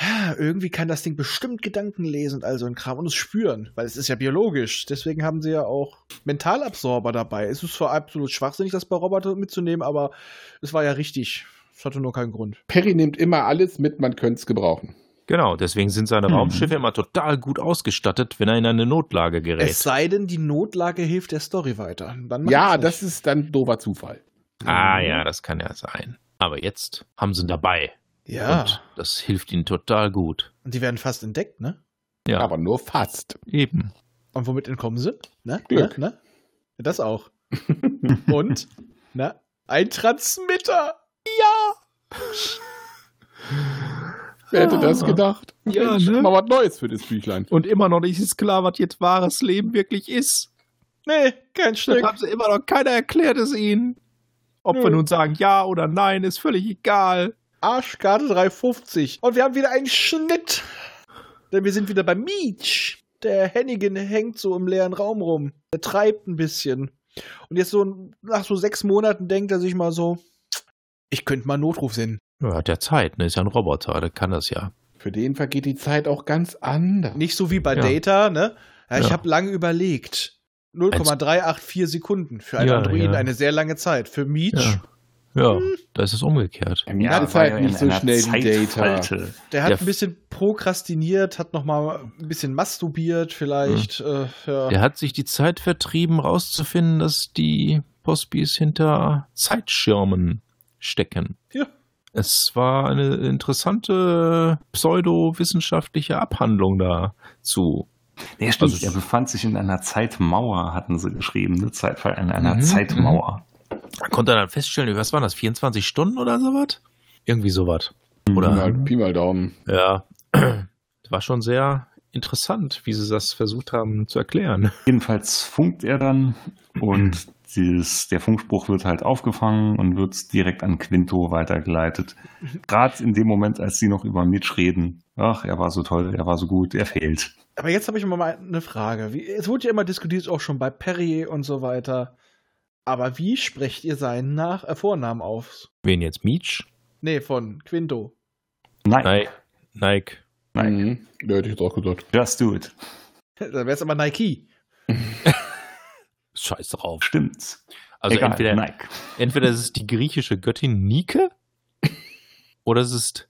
S2: "Ja, irgendwie kann das Ding bestimmt Gedanken lesen und all so ein Kram und es spüren, weil es ist ja biologisch. Deswegen haben sie ja auch Mentalabsorber dabei. Es ist zwar absolut schwachsinnig, das bei Robotern mitzunehmen, aber es war ja richtig. Es hatte nur keinen Grund.
S6: Perry nimmt immer alles mit, man könnte es gebrauchen.
S3: genau. Deswegen sind seine
S4: Mhm.
S3: Raumschiffe immer total gut ausgestattet, wenn er in eine Notlage gerät.
S2: Es sei denn, die Notlage hilft der Story weiter. Dann
S6: Ja,
S2: macht's
S6: das
S2: nicht.
S6: ist dann doofer Zufall.
S3: ah ja, das kann ja sein. Aber jetzt haben sie ihn dabei.
S2: Ja,
S3: Und
S2: und,
S3: das hilft ihnen total gut.
S2: die werden fast entdeckt, ne?
S3: Ja,
S6: Aber nur fast.
S3: eben.
S2: Und womit entkommen sie? Ne? Na, na,
S6: Glück.
S2: na? Das auch. und? Na? Ein Transmitter!
S6: Wer hätte das gedacht?
S3: Ja,
S6: Mensch,
S3: ne?
S6: Mal was Neues für das Büchlein.
S3: Und immer noch nicht ist klar, was jetzt wahres Leben wirklich ist.
S2: Nee, kein
S3: Das
S2: Stück.
S3: haben sie immer noch, keiner erklärt es ihnen. Ob wir nun sagen ja oder nein, ist völlig egal.
S2: Arschkarte 350. Und wir haben wieder einen Schnitt. Denn wir sind wieder bei Meech. Der Hennigan hängt so im leeren Raum rum. Er treibt ein bisschen. Und jetzt so ein- nach so sechs Monaten denkt er sich mal so, ich könnte mal einen Notruf senden.
S3: Ja, hat ja Zeit, ne? Ist ja ein Roboter, der kann das ja.
S6: Für den vergeht die Zeit auch ganz anders.
S2: Nicht so wie bei
S3: Ja.
S2: Data, ne? Ja, ich
S3: Ja.
S2: habe lange überlegt. 0,384 Sekunden für einen
S3: Ja,
S2: Androiden,
S3: ja.
S2: eine sehr lange Zeit. Für Meech,
S3: Ja, ja da ist es umgekehrt.
S4: Ähm,
S6: Ja,
S4: die
S6: das war
S4: war
S6: halt
S4: in
S6: nicht so
S4: einer
S6: schnell wie Data.
S4: Zeitfalte.
S2: der hat
S3: Der-
S2: ein bisschen prokrastiniert, hat noch mal ein bisschen masturbiert vielleicht.
S3: Hm.
S2: Äh, ja.
S3: Der hat sich die Zeit vertrieben, rauszufinden, dass die Postbis hinter Zeitschirmen stecken.
S2: Ja.
S3: Es war eine interessante pseudowissenschaftliche Abhandlung dazu.
S4: Nee, stimmt.
S3: Also-
S4: er befand sich in einer Zeitmauer, hatten sie geschrieben. Ne? Zeitfall in einer
S3: Mhm,
S4: Zeitmauer.
S3: Man konnte dann feststellen, was waren das, 24 Stunden oder sowas? Irgendwie sowas.
S6: Pi
S3: Oder
S6: mal, Pi mal Daumen.
S3: ja. Das war schon sehr interessant, wie sie das versucht haben zu erklären.
S4: Jedenfalls funkt er dann und dieses, der Funkspruch wird halt aufgefangen und wird direkt an Quinto weitergeleitet. Gerade in dem Moment, als sie noch über Mitch reden. Ach, er war so toll, er war so gut, er fehlt.
S2: Aber jetzt habe ich mal eine Frage. Wie, es wurde ja immer diskutiert, auch schon bei Perrier und so weiter. Aber wie sprecht ihr seinen Nach äh, Vornamen aus?
S3: Wen jetzt? Meech?
S2: Nee, von Quinto.
S4: Nein,
S3: Nike. Nike.
S4: Nein.
S6: Mhm. Ja, hätte ich jetzt auch gesagt.
S4: just do it.
S2: Da wäre es aber Nike.
S3: Scheiß drauf.
S4: Stimmt.
S3: Also
S4: Egal,
S3: entweder,
S4: Nike.
S3: entweder es ist die griechische Göttin Nike oder es ist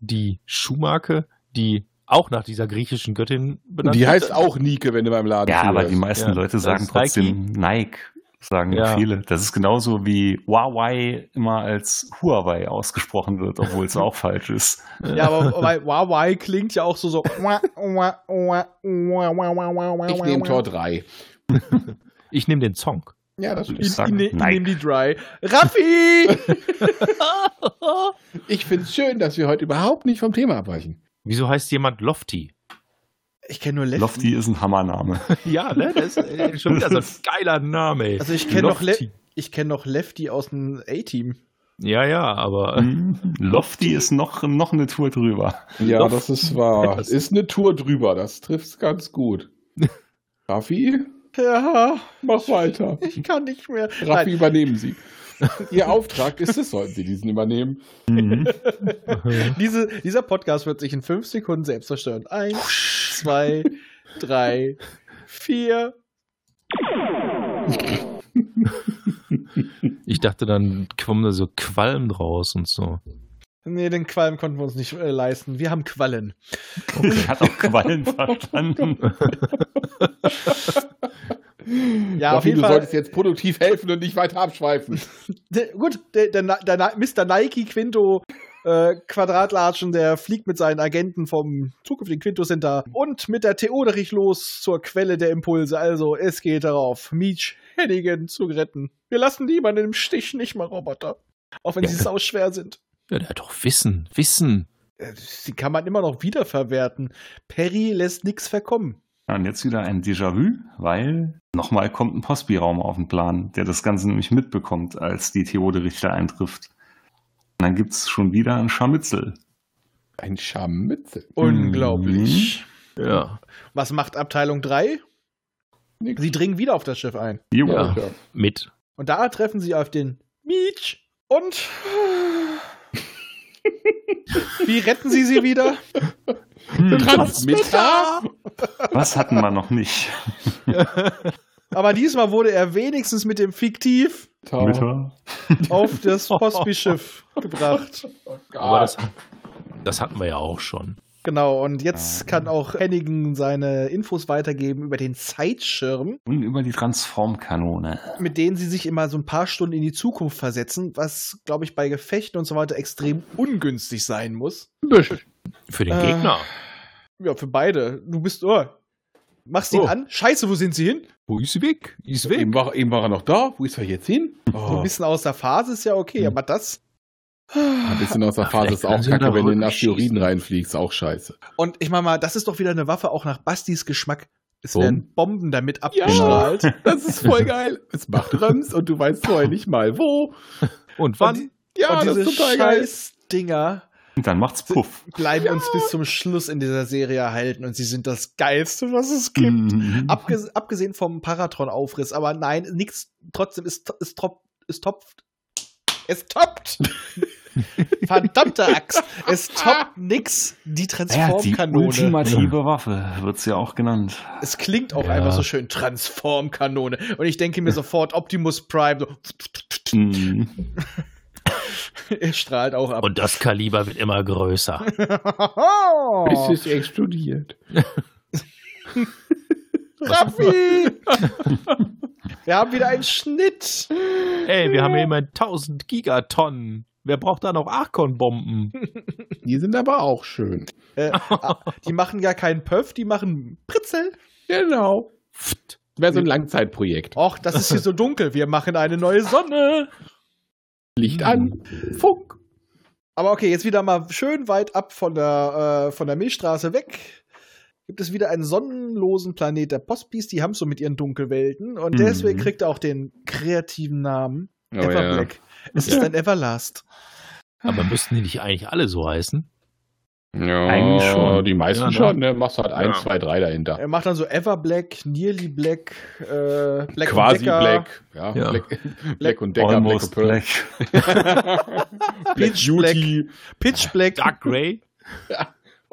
S3: die Schuhmarke, die auch nach dieser griechischen Göttin benannt
S6: Die
S3: wird.
S6: heißt auch Nike, wenn du beim Laden
S4: Ja, aber die
S6: zuhörst.
S4: meisten
S3: Ja,
S4: Leute
S3: das
S4: sagen
S3: ist
S4: trotzdem Nike, sagen
S3: Ja.
S4: viele. Das ist genauso wie Huawei immer als Huawei ausgesprochen wird, obwohl es auch falsch ist.
S2: Ja, aber bei Huawei klingt ja auch so so.
S6: Ich nehme Tor 3.
S3: Ich nehme den Song.
S6: Ja, das
S4: Ich
S6: stimmt.
S4: sag
S2: Ich ne- ich
S4: Nike.
S2: nehm die Dry. Raffi!
S6: Ich finde es schön, dass wir heute überhaupt nicht vom Thema abweichen.
S3: Wieso heißt jemand Lofty?
S2: Ich kenne nur Lefty.
S4: Lofty ist ein Hammername.
S3: Ja, ne? Das ist äh, schon wieder so ein geiler Name. ey.
S2: Also ich kenne noch, Le
S3: Lofty.
S2: ich kenn noch Lefty aus dem A-Team.
S3: Ja, ja, aber
S4: Mhm. Lofty ist noch, noch eine Tour drüber.
S6: Ja,
S3: Doch.
S6: das ist wahr.
S3: Das-
S6: Ist eine Tour drüber, das trifft's ganz gut. Raffi,
S2: Ja,
S6: mach weiter.
S2: ich kann nicht mehr.
S6: Raffi,
S2: Nein,
S6: übernehmen Sie. Ihr Auftrag ist es, sollten Sie diesen übernehmen.
S4: Mhm.
S2: diese, dieser Podcast wird sich in fünf Sekunden selbst zerstören. Eins, zwei, drei, vier.
S3: ich dachte, dann kommen da so Qualm draus und so.
S2: Nee, den Qualm konnten wir uns nicht äh, leisten. Wir haben Quallen.
S4: Er hat auch Quallen verstanden.
S2: Ja, auf
S6: Raffi,
S2: jeden
S6: du
S2: Fall.
S6: solltest jetzt produktiv helfen und nicht weiter abschweifen.
S2: Der- gut, der, der, Na- der Na- Mr. Nike Quinto äh, Quadratlatschen, der fliegt mit seinen Agenten vom zukünftigen Quinto Center und mit der Theoderich los zur Quelle der Impulse. Also, es geht darauf, Meech Hennigan zu retten. Wir lassen niemanden im Stich, nicht mal Roboter. Auch wenn
S3: Ja.
S2: sie sau schwer sind.
S3: Ja, der hat doch Wissen, Wissen.
S2: Äh, Sie kann man immer noch wiederverwerten. Perry lässt nichts verkommen.
S4: Ja, und jetzt wieder ein Déjà-vu, weil nochmal kommt ein Postbiraum auf den Plan, der das Ganze nämlich mitbekommt, als die Theode Richter eintrifft. Und dann gibt es schon wieder ein Scharmützel.
S6: Ein Scharmützel.
S2: Unglaublich.
S3: Ja.
S2: Was macht Abteilung 3?
S6: Nix.
S2: Sie dringen wieder auf das Schiff ein.
S4: Jo.
S3: Ja.
S6: Ja.
S3: Mit.
S2: Und da treffen sie auf den Beach. Und wie retten sie sie wieder?
S4: Hm,
S2: Transmitter!
S4: was hatten wir noch nicht?
S2: Aber diesmal wurde er wenigstens mit dem Fiktiv
S6: Oh.
S4: Mütter?
S2: auf das Postbischiff gebracht.
S3: Aber das, das hatten wir ja auch schon.
S2: Genau, und jetzt kann auch Hennigan seine Infos weitergeben über den Zeitschirm,
S4: Und über die Transformkanone.
S2: mit denen sie sich immer so ein paar Stunden in die Zukunft versetzen, was, glaube ich, bei Gefechten und so weiter extrem ungünstig sein muss.
S3: Für den
S2: Äh.
S3: Gegner.
S2: Ja, für beide. Du bist, oh, machst ihn
S3: Oh.
S2: an. Scheiße, wo sind sie hin?
S3: Wo ist sie weg? Ist
S6: Eben war, eben war er noch da. Wo ist er jetzt hin?
S2: So ein
S6: Oh,
S2: bisschen aus der Phase ist ja okay, aber das.
S6: ein bisschen aus der
S3: Ach,
S6: Phase ist
S3: vielleicht
S6: auch
S3: können sie
S6: kacke, wenn du in den
S3: darüber
S6: Asteroiden
S3: schießen.
S6: reinfliegst, ist auch scheiße.
S2: Und ich meine mal, das ist doch wieder eine Waffe auch nach Bastis Geschmack. Es werden Bomben damit abgestrahlt.
S6: Genau. Das ist voll geil. Es macht Rems und du weißt vorher nicht mal wo.
S3: Und wann?
S6: Genau. Ja,
S2: und
S6: das
S2: diese
S6: ist total geil.
S2: Scheiß-Dinger
S4: Und dann macht's Puff.
S2: bleiben uns bis zum Schluss in dieser Serie erhalten und sie sind das Geilste, was es gibt.
S4: Mhm.
S2: Abges abgesehen vom Paratron-Aufriss, aber nein, nichts. Trotzdem ist, ist, trop ist topft. Es toppt! Verdammte Axt! Es toppt nix die
S4: Ja, die
S2: Transformkanone.
S4: ultimative Waffe wird's ja auch genannt.
S2: es klingt auch
S3: Ja.
S2: einfach so schön, Transformkanone. Und ich denke mir sofort, Optimus Prime, so,
S4: Mhm.
S2: er strahlt auch ab.
S3: Und das Kaliber wird immer größer.
S2: Oh.
S6: Bis es explodiert.
S2: Raffi! Wir haben wieder einen Schnitt.
S3: Ey, wir haben ja immer 1000 Gigatonnen. Wer braucht da noch Archon-Bomben?
S6: Die sind aber auch schön.
S2: Äh, ah, die machen ja keinen Pöff, die machen Pritzel.
S6: Genau. Wäre so ein Langzeitprojekt.
S2: Och, das ist hier so dunkel. Wir machen eine neue Sonne.
S6: Licht an. Funk.
S2: Aber okay, jetzt wieder mal schön weit ab von der, äh, von der Milchstraße weg. Gibt es wieder einen sonnenlosen Planet der Postbeast, die haben es so mit ihren Dunkelwelten. Und deswegen
S4: Mhm.
S2: kriegt er auch den kreativen Namen
S6: Oh,
S2: Everblack. Es ist
S6: Ja.
S2: ein Everlast.
S3: Aber müssten die nicht eigentlich alle so heißen?
S6: Ja,
S4: Eigentlich schon.
S6: Die meisten
S3: Ja, ne?
S6: schon, ne? Machst halt
S3: Ja.
S6: 1, 2, 3 dahinter.
S2: Er macht dann so Everblack, Nearly Black, äh, Black und
S6: Quasi
S2: Decker,
S6: Black. Ja,
S3: Ja.
S6: Black. Black und Decker,
S4: Almost
S6: Black und
S4: Black.
S6: Pearl.
S2: Pitch Black, Pitch Black,
S3: Dark Grey?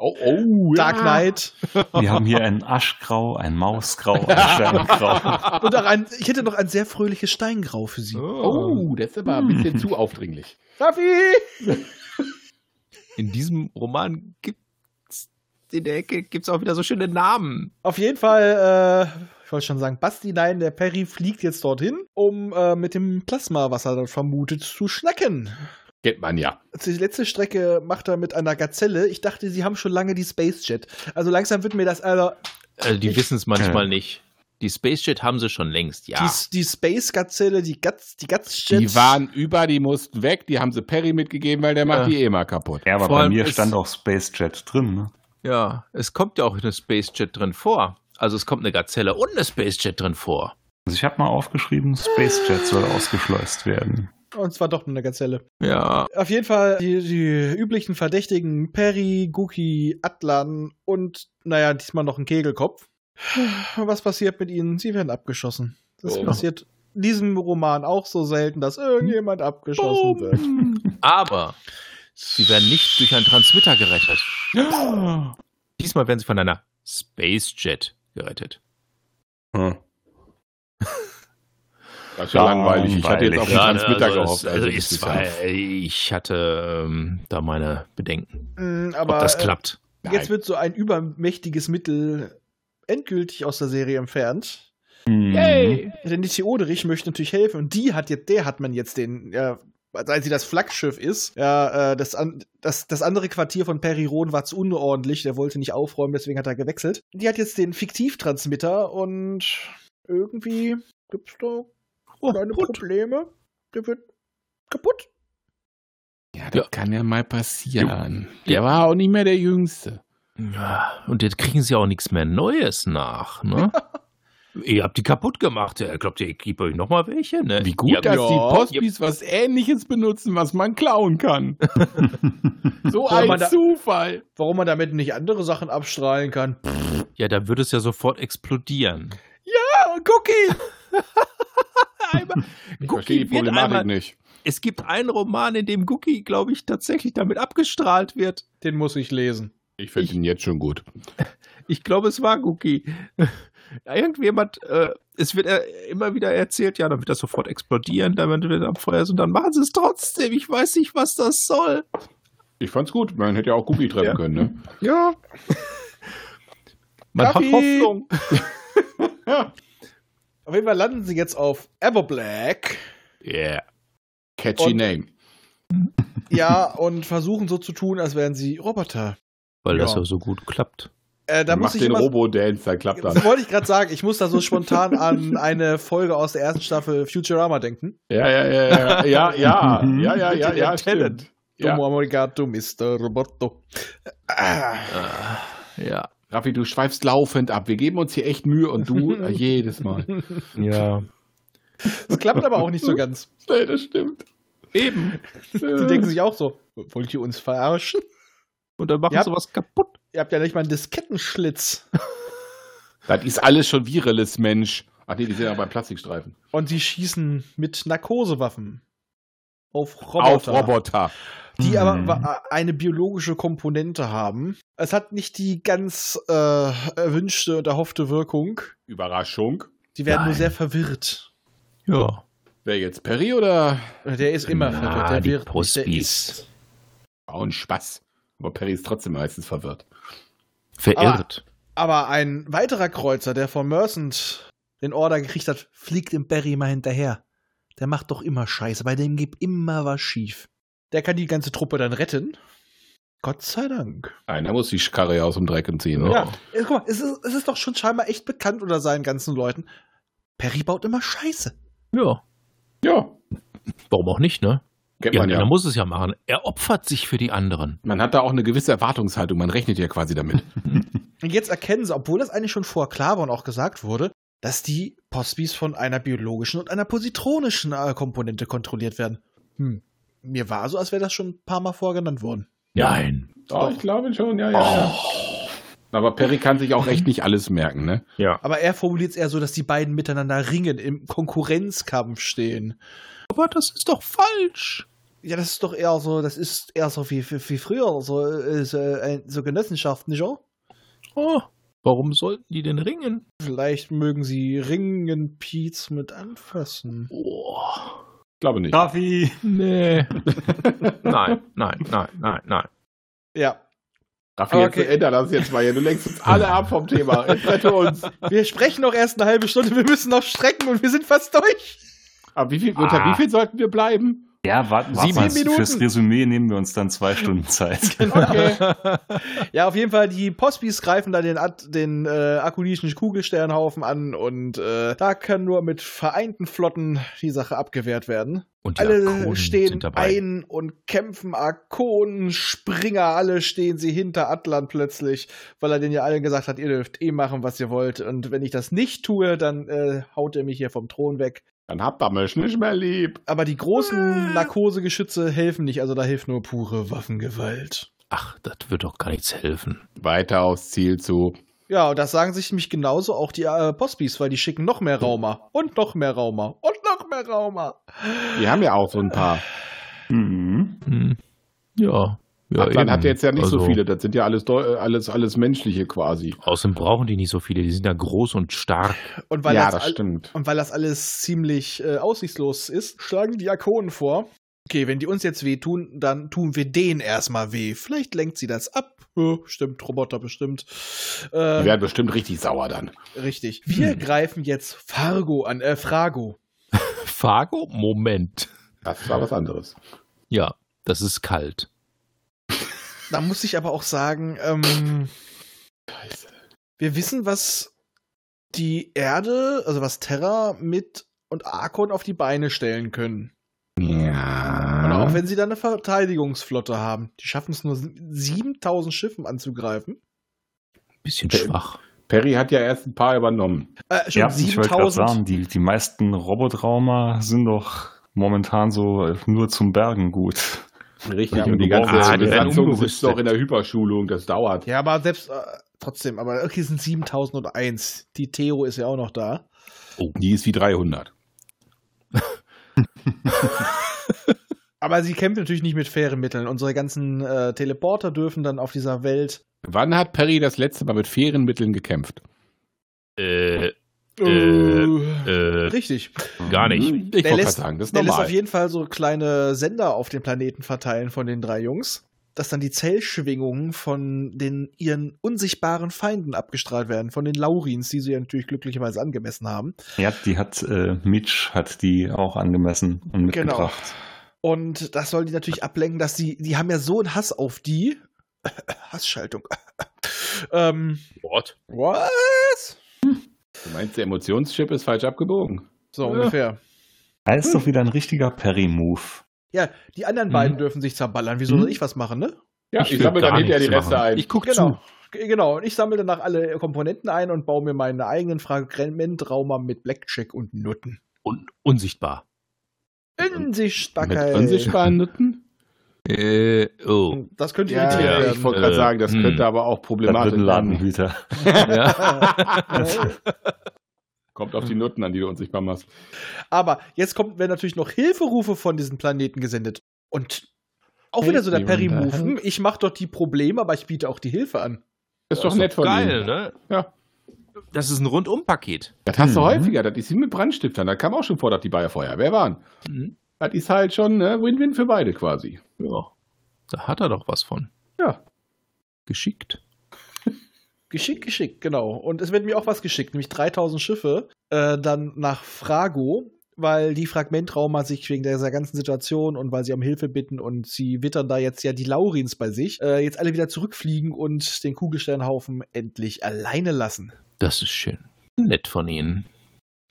S6: Oh, oh,
S2: Dark
S6: ja.
S2: Knight.
S4: Wir haben hier ein Aschgrau, ein Mausgrau, ein Sterngrau.
S2: Und auch ein, ich hätte noch ein sehr fröhliches Steingrau für sie.
S6: Oh, das ist aber ein bisschen zu aufdringlich.
S2: Raffi!
S3: In diesem Roman gibt's in der Ecke gibt's auch wieder so schöne Namen.
S2: Auf jeden Fall, äh, ich wollte schon sagen, Basti, nein, der Perry fliegt jetzt dorthin, um äh, mit dem Plasma, was er dort vermutet, zu schnacken.
S6: Kennt man ja.
S2: Also die letzte Strecke macht er mit einer Gazelle. Ich dachte, sie haben schon lange die Space Jet. Also langsam wird mir das, also
S3: Also die wissen es manchmal nicht. Die Space Jet haben sie schon längst, ja.
S2: die, die Space Gazelle, die Gaz, die Gaz Jet.
S6: Die waren über, die mussten weg, die haben sie Perry mitgegeben, weil der macht
S3: Ja.
S6: die eh mal kaputt.
S4: Ja, aber
S3: Vor
S4: bei
S3: allem
S4: mir
S3: ist-
S4: stand auch Space Jet drin. Ne?
S3: ja, es kommt ja auch eine Space Jet drin vor. Also es kommt eine Gazelle und eine Space Jet drin vor.
S4: Also ich habe mal aufgeschrieben, Space Jet soll ausgeschleust werden.
S2: Und zwar doch nur eine Gazelle.
S3: Ja.
S2: Auf jeden Fall die, die üblichen Verdächtigen Perry, Guki, Atlan und, naja, diesmal noch ein Kegelkopf. Was passiert mit ihnen? Sie werden abgeschossen. Das
S6: Oh.
S2: passiert in diesem Roman auch so selten, dass irgendjemand abgeschossen wird.
S3: Aber sie werden nicht durch einen Transmitter gerettet. Diesmal werden sie von einer Space Jet gerettet.
S4: Hm.
S6: Das ist ja langweilig. Ich hatte jetzt auf den
S4: Ja,
S6: Transmitter
S3: also
S6: gehofft.
S3: es-
S6: Also
S3: also
S6: das
S3: es
S6: ist
S3: war,
S6: ja-
S3: ich hatte ähm, da meine Bedenken,
S2: Mm,
S3: ob
S2: Aber
S3: das
S2: äh,
S3: klappt.
S2: jetzt wird so ein übermächtiges Mittel endgültig aus der Serie entfernt. Denn die Theoderich möchte natürlich helfen und die hat jetzt, der hat man jetzt den, ja, also als sie das Flaggschiff ist, ja, äh, das, an, das, das andere Quartier von Periron war zu unordentlich, der wollte nicht aufräumen, deswegen hat er gewechselt. Die hat jetzt den Fiktivtransmitter und irgendwie gibt's da kleine Probleme. Der wird kaputt.
S6: ja, das kann ja mal passieren.
S3: Ja.
S6: Der war auch nicht mehr der Jüngste.
S3: Ja, Und jetzt kriegen sie auch nichts mehr Neues nach. Ne? Ihr habt die kaputt gemacht. Ja, Glaubt ihr, ich gebe euch nochmal welche? Ne?
S6: Wie gut,
S3: ja,
S6: dass
S3: ja.
S6: die Postbis was Ähnliches benutzen, was man klauen kann. so
S2: Soll
S6: ein
S2: man da-
S6: Zufall.
S2: Warum man damit nicht andere Sachen abstrahlen kann.
S3: Ja, da würde es ja sofort explodieren.
S2: Ah, Cookie!
S3: Einmal,
S6: Ich verstehe
S3: Cookie
S6: die
S3: wird
S6: Problematik
S3: einmal,
S6: nicht.
S3: es gibt einen Roman, in dem Cookie, glaube ich, tatsächlich damit abgestrahlt wird.
S2: Den muss ich lesen.
S6: Ich finde ihn jetzt schon gut.
S3: Ich glaube, es war Cookie. Irgendjemand, äh, es wird äh, immer wieder erzählt, ja, dann wird das sofort explodieren, dann wird es am Feuer sind, dann machen sie es trotzdem. Ich weiß nicht, was das soll.
S6: Ich fand's gut. Man hätte ja auch Cookie treffen
S3: Ja.
S6: können, ne?
S3: Ja. Man
S6: Kaffee.
S3: hat Hoffnung.
S2: Auf jeden Fall landen sie jetzt auf Everblack.
S3: Yeah.
S6: Catchy
S2: Und-
S6: Name.
S2: Ja, und versuchen so zu tun, als wären sie Roboter.
S3: Weil
S2: Ja.
S3: das ja so gut klappt.
S2: Äh, da muss
S6: Mach
S2: ich
S6: den
S2: immer,
S6: Robo-Dance, dann klappt das.
S2: Das wollte ich gerade sagen. Ich muss da so spontan an eine Folge aus der ersten Staffel Futurama denken.
S6: Ja, ja, ja, ja, ja, ja, ja, ja, ja, ja,
S3: Talent.
S6: stimmt. Ja.
S2: Domo Arigato, Mr. Roboto. Ah.
S3: Ja.
S6: Raffi, du schweifst laufend ab. Wir geben uns hier echt Mühe und du äh, jedes Mal.
S3: Ja.
S2: Das klappt aber auch nicht so ganz.
S6: Nee, das stimmt.
S3: Eben.
S2: Die
S6: Äh,
S2: denken sich auch so, wollt ihr uns verarschen?
S3: Und dann machen
S2: Ja.
S3: sie was kaputt.
S2: Ihr habt ja nicht mal einen Diskettenschlitz.
S6: Das ist alles schon virales, Mensch. Ach nee, die sind ja bei Plastikstreifen.
S2: Und sie schießen mit Narkosewaffen. Auf Roboter.
S6: Auf Roboter.
S2: Die aber
S4: Mhm.
S2: wa- eine biologische Komponente haben. Es hat nicht die ganz äh, erwünschte und erhoffte Wirkung.
S6: Überraschung.
S2: Die werden nur
S4: Nein.
S2: sehr verwirrt.
S3: Ja.
S6: Wer jetzt Perry oder
S2: Der ist immer
S3: Na,
S2: verwirrt. Der
S3: die
S2: wird nicht, der
S3: Postbis.
S2: ist.
S6: Frauen Spaß? Aber Perry ist trotzdem meistens verwirrt.
S3: Verirrt.
S2: Aber ein weiterer Kreuzer, der von Mercent den Order gekriegt hat, fliegt dem Barry mal hinterher. Der macht doch immer Scheiße, bei dem geht immer was schief. Der kann die ganze Truppe dann retten. Gott sei Dank.
S6: Einer muss die Karre aus dem Dreck ziehen.
S3: Ah, Ja.
S6: Ne?
S2: Ja, guck mal, es ist, es ist doch schon scheinbar echt bekannt unter seinen ganzen Leuten. Perry baut immer Scheiße.
S3: Ja.
S6: ja.
S3: Warum auch nicht, ne?
S6: Kennt
S3: Ja,
S6: man
S3: ja.
S6: ja.
S3: Er muss es ja machen. Er opfert sich für die anderen.
S6: Man hat da auch eine gewisse Erwartungshaltung. Man rechnet ja quasi damit.
S2: Und jetzt erkennen sie, obwohl das eigentlich schon vorher klar war und auch gesagt wurde, dass die Postbis von einer biologischen und einer positronischen äh, Komponente kontrolliert werden. Hm. Mir war so, als wäre das schon ein paar Mal vorher genannt worden.
S3: Nein.
S6: Doch, ich glaube schon, ja, ja. Oh. Aber Perry kann sich auch echt nicht alles merken, ne?
S2: Aber er formuliert es eher so, dass die beiden miteinander ringen, im Konkurrenzkampf stehen.
S3: Aber das ist doch falsch.
S2: Ja, das ist doch eher so, das ist eher so wie, wie, wie früher, so, äh, so, äh, so Genossenschaft, nicht wahr?
S3: Oh. Warum sollten die denn ringen?
S2: Vielleicht mögen sie Ringen Piets mit anfassen.
S6: Ich glaube nicht.
S4: Raffi!
S3: Nee. nein, nein, nein, nein, nein.
S2: Ja,
S6: Raffi,
S2: Aber
S6: jetzt
S2: okay.
S6: änder das jetzt mal hier. Du lenkst uns alle ab vom Thema. Jetzt rette uns.
S2: wir sprechen noch erst eine halbe Stunde, wir müssen noch strecken und wir sind fast durch.
S6: Aber wie viel, unter
S4: Ah.
S6: wie viel sollten wir bleiben?
S4: Ja, warten Sie
S2: Sieben
S4: mal.
S2: Minuten. Genau.
S4: Fürs Resümee nehmen wir uns dann zwei Stunden Zeit.
S6: Okay.
S2: Ja, auf jeden Fall, die Postbis greifen da den, Ad- den äh, akunischen Kugelsternhaufen an und äh, da kann nur mit vereinten Flotten die Sache abgewehrt werden.
S3: Und die
S2: alle
S3: Arkonen
S2: stehen
S3: sind dabei.
S2: ein und kämpfen Arkonen, Springer, alle stehen sie hinter Atlan plötzlich, weil er denen ja allen gesagt hat, ihr dürft eh machen, was ihr wollt. Und wenn ich das nicht tue, dann äh, haut er mich hier vom Thron weg.
S6: Dann habt ihr mich nicht mehr lieb.
S2: Aber die großen Narkosegeschütze helfen nicht, also da hilft nur pure Waffengewalt.
S3: Ach, das wird doch gar nichts helfen.
S6: Weiter aufs Ziel zu.
S2: Ja, und das sagen sich nämlich genauso auch die äh, Postbis, weil die schicken noch mehr Raumer und noch mehr Raumer und noch mehr Raumer.
S6: Wir haben ja auch so ein paar.
S4: Mhm.
S3: Hm. Ja. ja
S6: Atlan
S3: eben.
S6: hat jetzt ja nicht so
S3: Also,
S6: viele. Das sind ja alles, Deu- äh, alles, alles menschliche quasi.
S3: Außerdem brauchen die nicht so viele. Die sind ja groß und stark.
S2: Und weil,
S6: ja,
S2: das,
S6: das
S2: all-
S6: stimmt.
S2: und weil das alles ziemlich äh, aussichtslos ist, schlagen die Akonen vor. Okay, wenn die uns jetzt wehtun, dann tun wir denen erstmal weh. Vielleicht lenkt sie das ab. Ja, Stimmt, Roboter bestimmt.
S6: Die
S2: Äh,
S6: werden bestimmt richtig sauer dann.
S2: richtig. Wir
S6: Hm.
S2: greifen jetzt Fargo an, äh, Frago.
S3: Fargo? Moment.
S6: Das war was anderes.
S3: Ja, das ist kalt.
S2: Da muss ich aber auch sagen, ähm,
S6: Scheiße.
S2: wir wissen, was die Erde, also was Terra mit und Arkon auf die Beine stellen können. Und
S6: Ja.
S2: auch wenn sie dann eine Verteidigungsflotte haben. Die schaffen es nur 7000 Schiffen anzugreifen.
S3: Bisschen
S6: Äh,
S3: schwach.
S6: Perry hat ja erst ein paar übernommen.
S2: Äh, schon
S4: Ja, ich wollte gerade
S2: 7000.
S4: sagen, die, die meisten Robotrauma sind doch momentan so äh, nur zum Bergen gut.
S6: Richtig,
S4: Ja,
S6: und die
S4: wir
S6: ganze
S4: brauchen- Ah, die werden
S6: Organisation sitzt
S3: umgerüstet.
S6: noch in der Hyperschulung, das dauert.
S2: Ja, aber selbst äh, trotzdem, aber okay, es sind 7001. Die Theo ist ja auch noch da.
S6: Die Oh, ist wie 300.
S2: Aber sie kämpft natürlich nicht mit fairen Mitteln. Unsere ganzen äh, Teleporter dürfen dann auf dieser Welt.
S6: Wann hat Perry das letzte Mal mit fairen Mitteln gekämpft?
S3: Äh,
S2: Äh,
S3: äh,
S2: richtig.
S3: gar nicht.
S6: Hm, Ich wollte
S2: Der
S6: gerade
S2: lässt-
S6: sagen, das ist
S2: Der lässt
S6: normal.
S2: auf jeden Fall so kleine Sender auf dem Planeten verteilen von den drei Jungs, dass dann die Zellschwingungen von den ihren unsichtbaren Feinden abgestrahlt werden, von den Laurins, die sie ja natürlich glücklicherweise angemessen haben.
S4: Ja, die hat, äh, Mitch hat die auch angemessen und
S2: Genau.
S4: mitgebracht.
S2: Und das soll die natürlich ablenken, dass sie, die haben ja so einen Hass auf die. Hassschaltung. ähm,
S3: What?
S2: was?
S6: Du meinst, der Emotionschip ist falsch abgebogen?
S2: So ungefähr.
S4: Er ist
S2: Hm.
S4: doch wieder ein richtiger Perry-Move.
S2: Ja, die anderen
S4: Mhm.
S2: beiden dürfen sich zerballern. Wieso
S4: Mhm.
S2: soll ich was machen, ne?
S6: Ja,
S3: Ich
S6: ich,
S3: will
S6: sammle
S3: gar
S6: dann hinterher die
S3: nichts
S6: Reste
S3: machen.
S6: ein.
S3: Ich guck
S2: Genau. G- Genau, und ich sammle danach alle Komponenten ein und baue mir meine eigenen Fragmentrauma mit Blackjack und Nutten.
S3: Un unsichtbar.
S2: In sich
S6: mit
S2: Stackerl.
S6: unsichtbaren Nutten?
S3: Äh, oh.
S2: Das könnte
S6: Ja,
S2: irritierend
S3: ja,
S6: ich
S2: werden.
S6: wollte gerade
S3: äh,
S6: sagen, das
S3: hm.
S6: könnte aber auch
S4: Der
S6: problematisch werden.
S4: Ladenhüter.
S6: Kommt auf die Nutten an, die du unsichtbar machst.
S2: Aber jetzt kommt, werden natürlich noch Hilferufe von diesen Planeten gesendet. Und auch
S6: Hey,
S2: wieder so der
S6: niemand da.
S2: Perry-Move. Hm, Ich mache doch die Probleme, aber ich biete auch die Hilfe an.
S6: Ist doch nett von
S3: Geil,
S6: ihm.
S3: ne?
S6: Ja.
S3: Das ist ein Rundumpaket.
S6: Das hast du
S4: Mhm.
S6: häufiger. Das ist wie mit Brandstiftern. Da kam auch schon vor, dass die bei der Feuerwehr waren.
S3: Mhm.
S6: Das ist halt schon ne, Win-Win für beide quasi.
S3: Ja. Da hat er doch was von.
S6: Ja.
S3: Geschickt.
S2: Geschickt, geschickt, genau. Und es wird mir auch was geschickt, nämlich 3000 Schiffe äh, dann nach Frago, weil die Fragmentrauma sich wegen dieser ganzen Situation und weil sie um Hilfe bitten und sie wittern da jetzt ja die Laurins bei sich, äh, jetzt alle wieder zurückfliegen und den Kugelsternhaufen endlich alleine lassen.
S3: Das ist schön. Nett von Ihnen.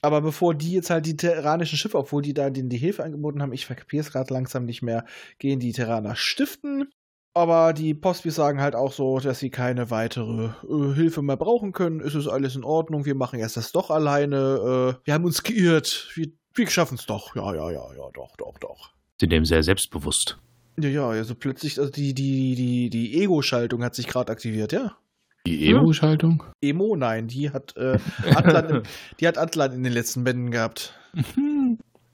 S2: Aber bevor die jetzt halt die terranischen Schiffe, obwohl die da denen die Hilfe angeboten haben, ich verkapiere es gerade langsam nicht mehr, gehen die Terraner stiften. Aber die Postbis sagen halt auch so, dass sie keine weitere äh, Hilfe mehr brauchen können. Es ist alles in Ordnung, wir machen erst das doch alleine. Äh, wir haben uns geirrt, wir, wir schaffen es doch. Ja, ja, ja, ja, doch, doch, doch.
S3: Sind dem sehr selbstbewusst.
S2: Ja, ja, also plötzlich, also die, die, die, die Ego-Schaltung hat sich gerade aktiviert, ja.
S6: Die Emo-Schaltung?
S2: Emo, nein, die hat, äh, Atlan im, die hat Atlan in den letzten Bänden gehabt.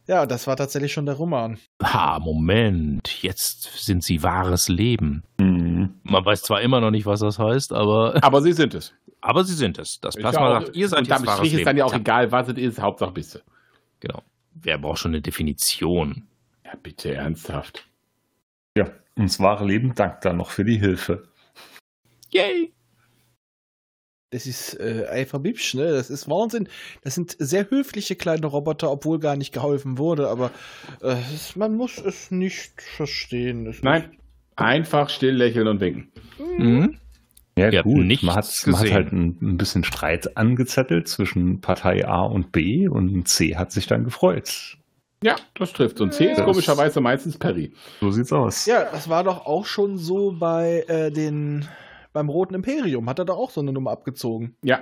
S2: Ja, das war tatsächlich schon der Roman.
S3: Ha, Moment. Jetzt sind Sie wahres Leben.
S4: Mhm.
S3: Man weiß zwar immer noch nicht, was das heißt, aber,
S6: Aber sie sind es.
S3: aber Sie sind es. Das
S6: Ist
S3: Plasma
S6: ja auch-
S3: sagt, ihr seid
S6: und
S3: jetzt
S6: damit
S3: wahres
S6: Strich
S3: Leben.
S6: ist dann ja auch
S3: Tja,
S6: egal, was es ist. Hauptsache bist du.
S3: genau. Wer braucht schon eine Definition?
S6: Ja, bitte ernsthaft.
S4: Ja, und das wahre Leben dankt dann noch für die Hilfe.
S3: Yay!
S2: Das ist äh, einfach hübsch, ne? Das ist Wahnsinn. Das sind sehr höfliche kleine Roboter, obwohl gar nicht geholfen wurde, aber äh, es- man muss es nicht verstehen. Es
S6: Nein. Einfach still lächeln und winken.
S3: Mhm. Ihr habt nichts
S4: man hat, man hat
S3: gesehen.
S4: halt ein, ein bisschen Streit angezettelt zwischen Partei A und B und C hat sich dann gefreut.
S6: Ja, das trifft. Und C ist
S4: Das-
S6: komischerweise meistens Perry.
S4: So sieht's aus.
S2: Ist, ja, das war doch auch schon so bei äh, den beim Roten Imperium. Hat er da auch so eine Nummer abgezogen.
S6: Ja,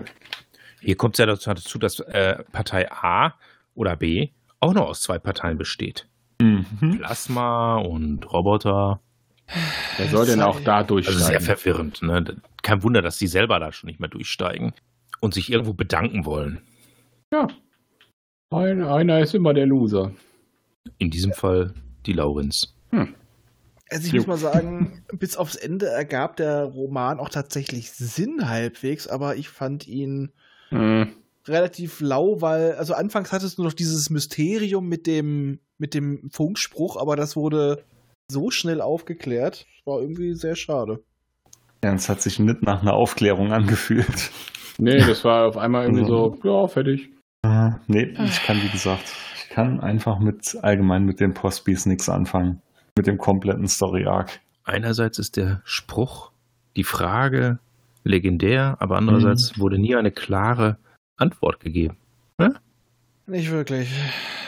S3: Hier kommt es ja dazu, dass äh, Partei A oder B auch noch aus zwei Parteien besteht.
S4: Mhm.
S3: Plasma und Roboter.
S6: wer soll denn auch da
S3: Also sehr
S6: durchsteigen?
S3: verwirrend. Ne? Kein Wunder, dass die selber da schon nicht mehr durchsteigen und sich irgendwo bedanken wollen.
S6: Ein, einer ist immer der Loser.
S3: In diesem Fall die Laurens.
S2: Also ich
S6: Jo.
S2: muss mal sagen, bis aufs Ende ergab der Roman auch tatsächlich Sinn halbwegs, aber ich fand ihn
S6: Hm.
S2: relativ lau, weil, also anfangs hattest du noch dieses Mysterium mit dem, mit dem Funkspruch, aber das wurde so schnell aufgeklärt. War irgendwie sehr schade.
S4: Ja, es hat sich nicht nach einer Aufklärung angefühlt.
S6: Nee, das war auf einmal irgendwie so, ja, fertig.
S4: Äh, nee, ich kann, wie gesagt, ich kann einfach mit allgemein mit den Postbis nichts anfangen. Mit dem kompletten Story-Arc.
S3: Einerseits ist der Spruch, die Frage legendär, aber
S2: Mhm.
S3: andererseits wurde nie eine klare Antwort gegeben.
S2: Nicht wirklich.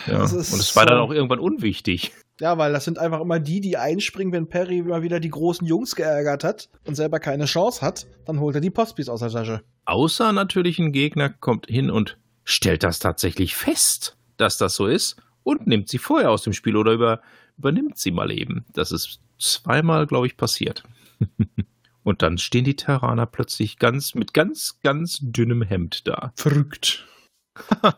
S3: Ja.
S2: Das
S3: Und
S2: ist
S3: es war dann
S2: so-
S3: auch irgendwann unwichtig.
S2: Ja, weil das sind einfach immer die, die einspringen, wenn Perry mal wieder die großen Jungs geärgert hat und selber keine Chance hat, dann holt er die Postbis aus der Tasche.
S3: Außer natürlich ein Gegner kommt hin und stellt das tatsächlich fest, dass das so ist und nimmt sie vorher aus dem Spiel oder über, übernimmt sie mal eben. Das ist zweimal, glaube ich, passiert. und dann stehen die Terraner plötzlich ganz mit ganz, ganz dünnem Hemd da.
S2: Verrückt.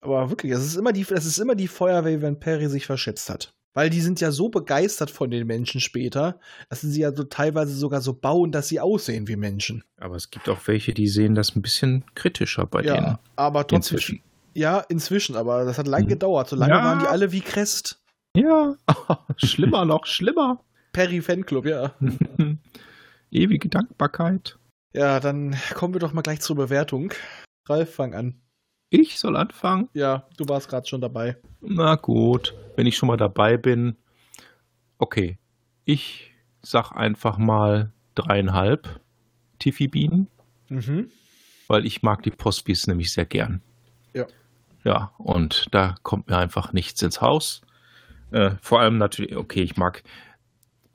S2: Aber wirklich, es ist immer die, es ist immer die Feuerwehr, wenn Perry sich verschätzt hat. Weil die sind ja so begeistert von den Menschen später, dass sie sie ja so teilweise sogar so bauen, dass sie aussehen wie Menschen.
S3: Aber es gibt auch welche, die sehen das ein bisschen kritischer bei
S2: ja,
S3: denen.
S2: aber trotzdem.
S3: Inzwischen.
S2: Ja, inzwischen, aber das hat lange
S3: Mhm.
S2: gedauert. So lange
S3: Ja.
S2: waren die alle wie Crest.
S3: Ja, schlimmer noch, schlimmer.
S2: Perry Fanclub, ja.
S3: Mhm. Ewige Dankbarkeit.
S2: Ja, dann kommen wir doch mal gleich zur Bewertung. Ralf, fang an.
S3: Ich soll anfangen.
S2: Ja, du warst gerade schon dabei.
S3: Na gut, wenn ich schon mal dabei bin. Okay, ich sag einfach mal dreieinhalb Tiffy-Bienen,
S2: Mhm.
S3: weil ich mag die Postbis nämlich sehr gern.
S2: Ja.
S3: Ja, und da kommt mir einfach nichts ins Haus. Äh, vor allem natürlich, okay, ich mag,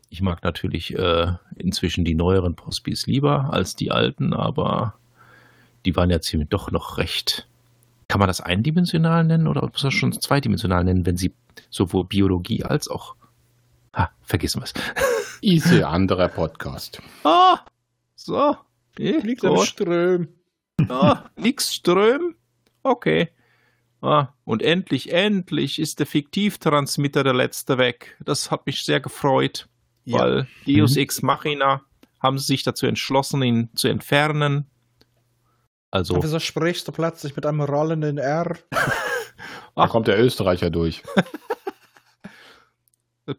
S3: ich mag natürlich äh, inzwischen die neueren Postbis lieber als die alten, aber die waren ja ziemlich doch noch recht. Kann man das eindimensional nennen oder muss man das schon zweidimensional nennen, wenn sie sowohl Biologie als auch. Ha, vergessen wir es.
S6: Ist ein anderer Podcast.
S3: Ah! So. eh,
S2: Liegt
S3: so.
S2: im Ström.
S3: Ah, nix Ström? Okay. Ah, und endlich, endlich ist der Fiktivtransmitter der letzte weg. Das hat mich sehr gefreut,
S2: Ja. Mhm.
S3: weil Deus Ex Machina haben sie sich dazu entschlossen, ihn zu entfernen. Also,
S2: Wieso sprichst du plötzlich mit einem rollenden R?
S6: Da
S3: Ach.
S6: kommt der Österreicher durch.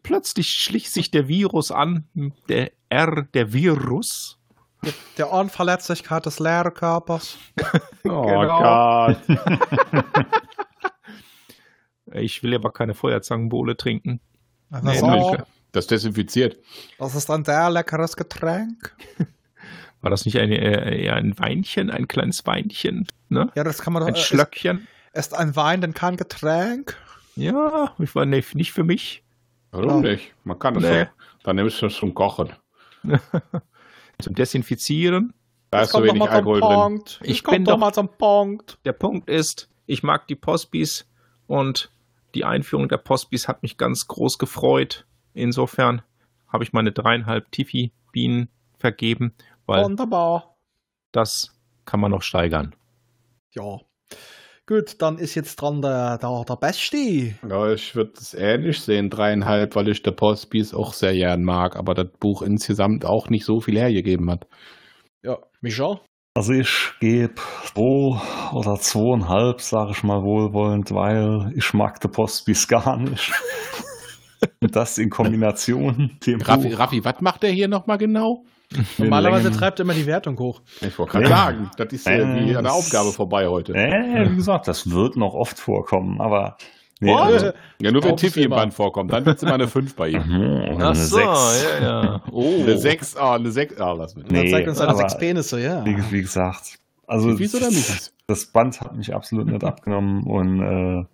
S3: plötzlich schlich sich der Virus an, der R, der Virus.
S2: Der Unverletzlichkeit des Lehrerkörpers.
S6: Oh
S3: Genau.
S6: Gott.
S3: Ich will aber keine Feuerzangenbowle trinken.
S2: Das,
S3: Nee,
S2: ist
S3: natürlich.
S2: auch,
S6: Das desinfiziert.
S2: das ist ein sehr leckeres Getränk.
S3: War das nicht ein, äh, eher ein Weinchen, ein kleines Weinchen? Ne?
S2: Ja, das kann man doch.
S3: Ein
S2: äh,
S3: Schlöckchen?
S2: Ist, ist ein Wein denn kein Getränk?
S3: Ja, ich war nee, nicht für mich.
S6: Warum nicht? Man kann das
S3: Nee.
S6: doch. Dann nimmst du das zum Kochen.
S3: Zum Desinfizieren.
S6: Da ist so
S2: doch
S6: wenig
S2: mal
S6: Alkohol
S2: zum
S6: drin.
S2: Punkt.
S3: Ich
S2: Das kommt
S3: bin
S2: doch
S3: doch-
S2: mal zum Punkt.
S3: Der Punkt ist, ich mag die Postbis und die Einführung der Postbis hat mich ganz groß gefreut. Insofern habe ich meine dreieinhalb Tiffy-Bienen vergeben, weil
S2: Wunderbar.
S3: das kann man noch steigern.
S2: Ja. Gut, dann ist jetzt dran der, der, der Besti.
S6: Ja, ich würde es ähnlich sehen, dreieinhalb, weil ich der Postbies auch sehr gern mag, aber das Buch insgesamt auch nicht so viel hergegeben hat.
S2: Ja, Michel.
S4: Also ich gebe zwei oder zweieinhalb, sage ich mal wohlwollend, weil ich mag die Postbis gar nicht. Und das in Kombination mit dem
S6: Raffi,
S4: Buch.
S6: Raffi, was macht der hier nochmal genau?
S4: in
S2: Normalerweise
S4: Längen.
S2: treibt er immer die Wertung hoch.
S6: Ich wollte gerade
S4: Nee.
S6: sagen, das ist äh,
S4: Äh,
S6: die, an der
S4: das-
S6: Aufgabe vorbei heute.
S4: Äh, wie gesagt, das wird noch oft vorkommen, aber nee,
S6: Ja,
S4: also,
S6: ja, nur wenn
S2: Warum
S6: Tiffy im
S2: immer?
S6: Band vorkommt, dann wird es immer eine 5 bei ihm.
S4: mhm, oder eine sechs.
S3: ja, ja.
S6: Oh. Eine 6, ah, eine 6, ah, lass mich.
S2: Dann
S4: Nee,
S2: zeigt uns seine
S4: aber-
S2: sechs Penisse, ja.
S4: Wie, wie gesagt, also
S6: Wieso oder nicht?
S4: das Band hat mich absolut nicht abgenommen und äh,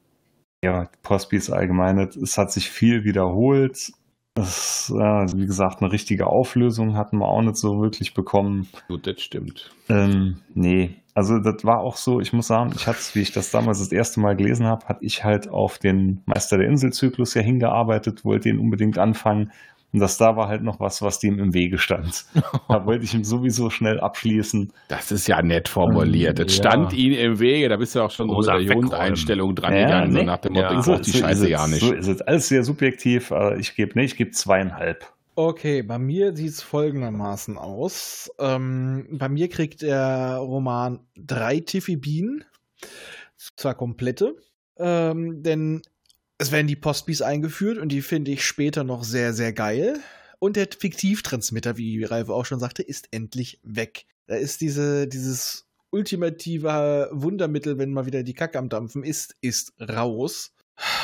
S4: ja, Postbis allgemein, es hat sich viel wiederholt. Es, ja, wie gesagt, eine richtige Auflösung hatten wir auch nicht so wirklich bekommen.
S6: Gut, das stimmt.
S4: Ähm, nee, also das war auch so, ich muss sagen, ich hatte, wie ich das damals das erste Mal gelesen habe, hatte ich halt auf den Meister der Insel-Zyklus ja hingearbeitet, wollte den unbedingt anfangen. Und das da war halt noch was, was dem im Wege stand. Da wollte ich ihn sowieso schnell abschließen.
S6: Das ist ja nett formuliert. Das
S3: Ja.
S6: stand ihm im Wege, da bist du auch schon so mit
S3: Rosa,
S6: der
S3: wegräumen.
S6: Jungseinstellung dran
S4: Ja,
S6: gegangen, so
S4: nee.
S6: nach dem Motto,
S3: Ja.
S6: ich brauch die
S4: So- so
S6: Scheiße
S4: ist
S6: ja
S4: es.
S6: nicht.
S4: So ist es. Alles sehr subjektiv. aber Ich gebe ne, ich gebe zweieinhalb.
S2: Okay, bei mir sieht es folgendermaßen aus. Ähm, bei mir kriegt der Roman drei Tiffy-Bienen, zwar komplette, ähm, denn es werden die Postbis eingeführt und die finde ich später noch sehr, sehr geil. Und der Fiktivtransmitter, wie Ralf auch schon sagte, ist endlich weg. Da ist diese, dieses ultimative Wundermittel, wenn mal wieder die Kacke am Dampfen ist, ist raus.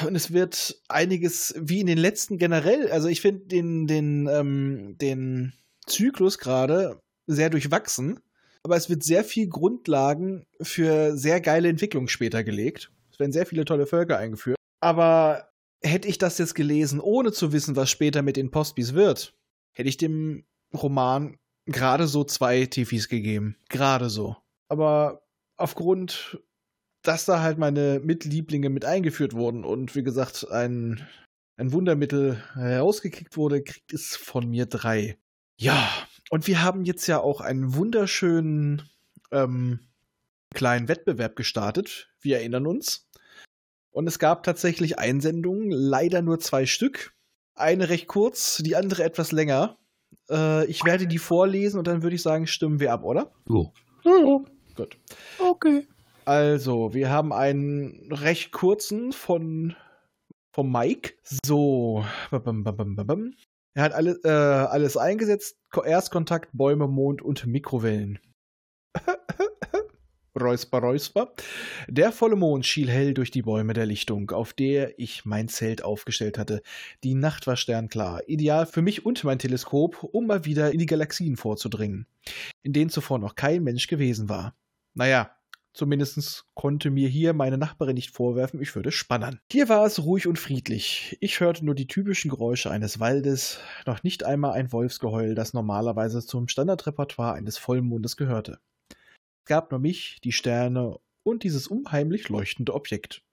S2: Und es wird einiges, wie in den letzten generell, also ich finde den, den, ähm, den Zyklus gerade sehr durchwachsen, aber es wird sehr viel Grundlagen für sehr geile Entwicklung später gelegt. Es werden sehr viele tolle Völker eingeführt. Aber hätte ich das jetzt gelesen, ohne zu wissen, was später mit den Postbis wird, hätte ich dem Roman gerade so zwei Tiffis gegeben. Gerade so. Aber aufgrund, dass da halt meine Mitlieblinge mit eingeführt wurden und wie gesagt ein, ein Wundermittel herausgekickt wurde, kriegt es von mir drei. Ja, und wir haben jetzt ja auch einen wunderschönen ähm, kleinen Wettbewerb gestartet. Wir erinnern uns. Und es gab tatsächlich Einsendungen, leider nur zwei Stück. Eine recht kurz, die andere etwas länger. Äh, ich werde die vorlesen und dann würde ich sagen, stimmen wir ab, oder?
S3: Jo.
S2: Gut.
S3: Okay.
S2: Also, wir haben einen recht kurzen von, von Mike. So. Bam, bam, bam, bam, bam. Er hat alle, äh, alles eingesetzt. Ko- Erstkontakt, Bäume, Mond und Mikrowellen. Räusper, räusper. Der volle Mond schiel hell durch die Bäume der Lichtung, auf der ich mein Zelt aufgestellt hatte. Die Nacht war sternklar, ideal für mich und mein Teleskop, um mal wieder in die Galaxien vorzudringen, in denen zuvor noch kein Mensch gewesen war. Naja, Zumindest konnte mir hier meine Nachbarin nicht vorwerfen, ich würde spannern. Hier war es ruhig und friedlich. Ich hörte nur die typischen Geräusche eines Waldes, noch nicht einmal ein Wolfsgeheul, das normalerweise zum Standardrepertoire eines Vollmondes gehörte. Es gab nur mich, die Sterne und dieses unheimlich leuchtende Objekt.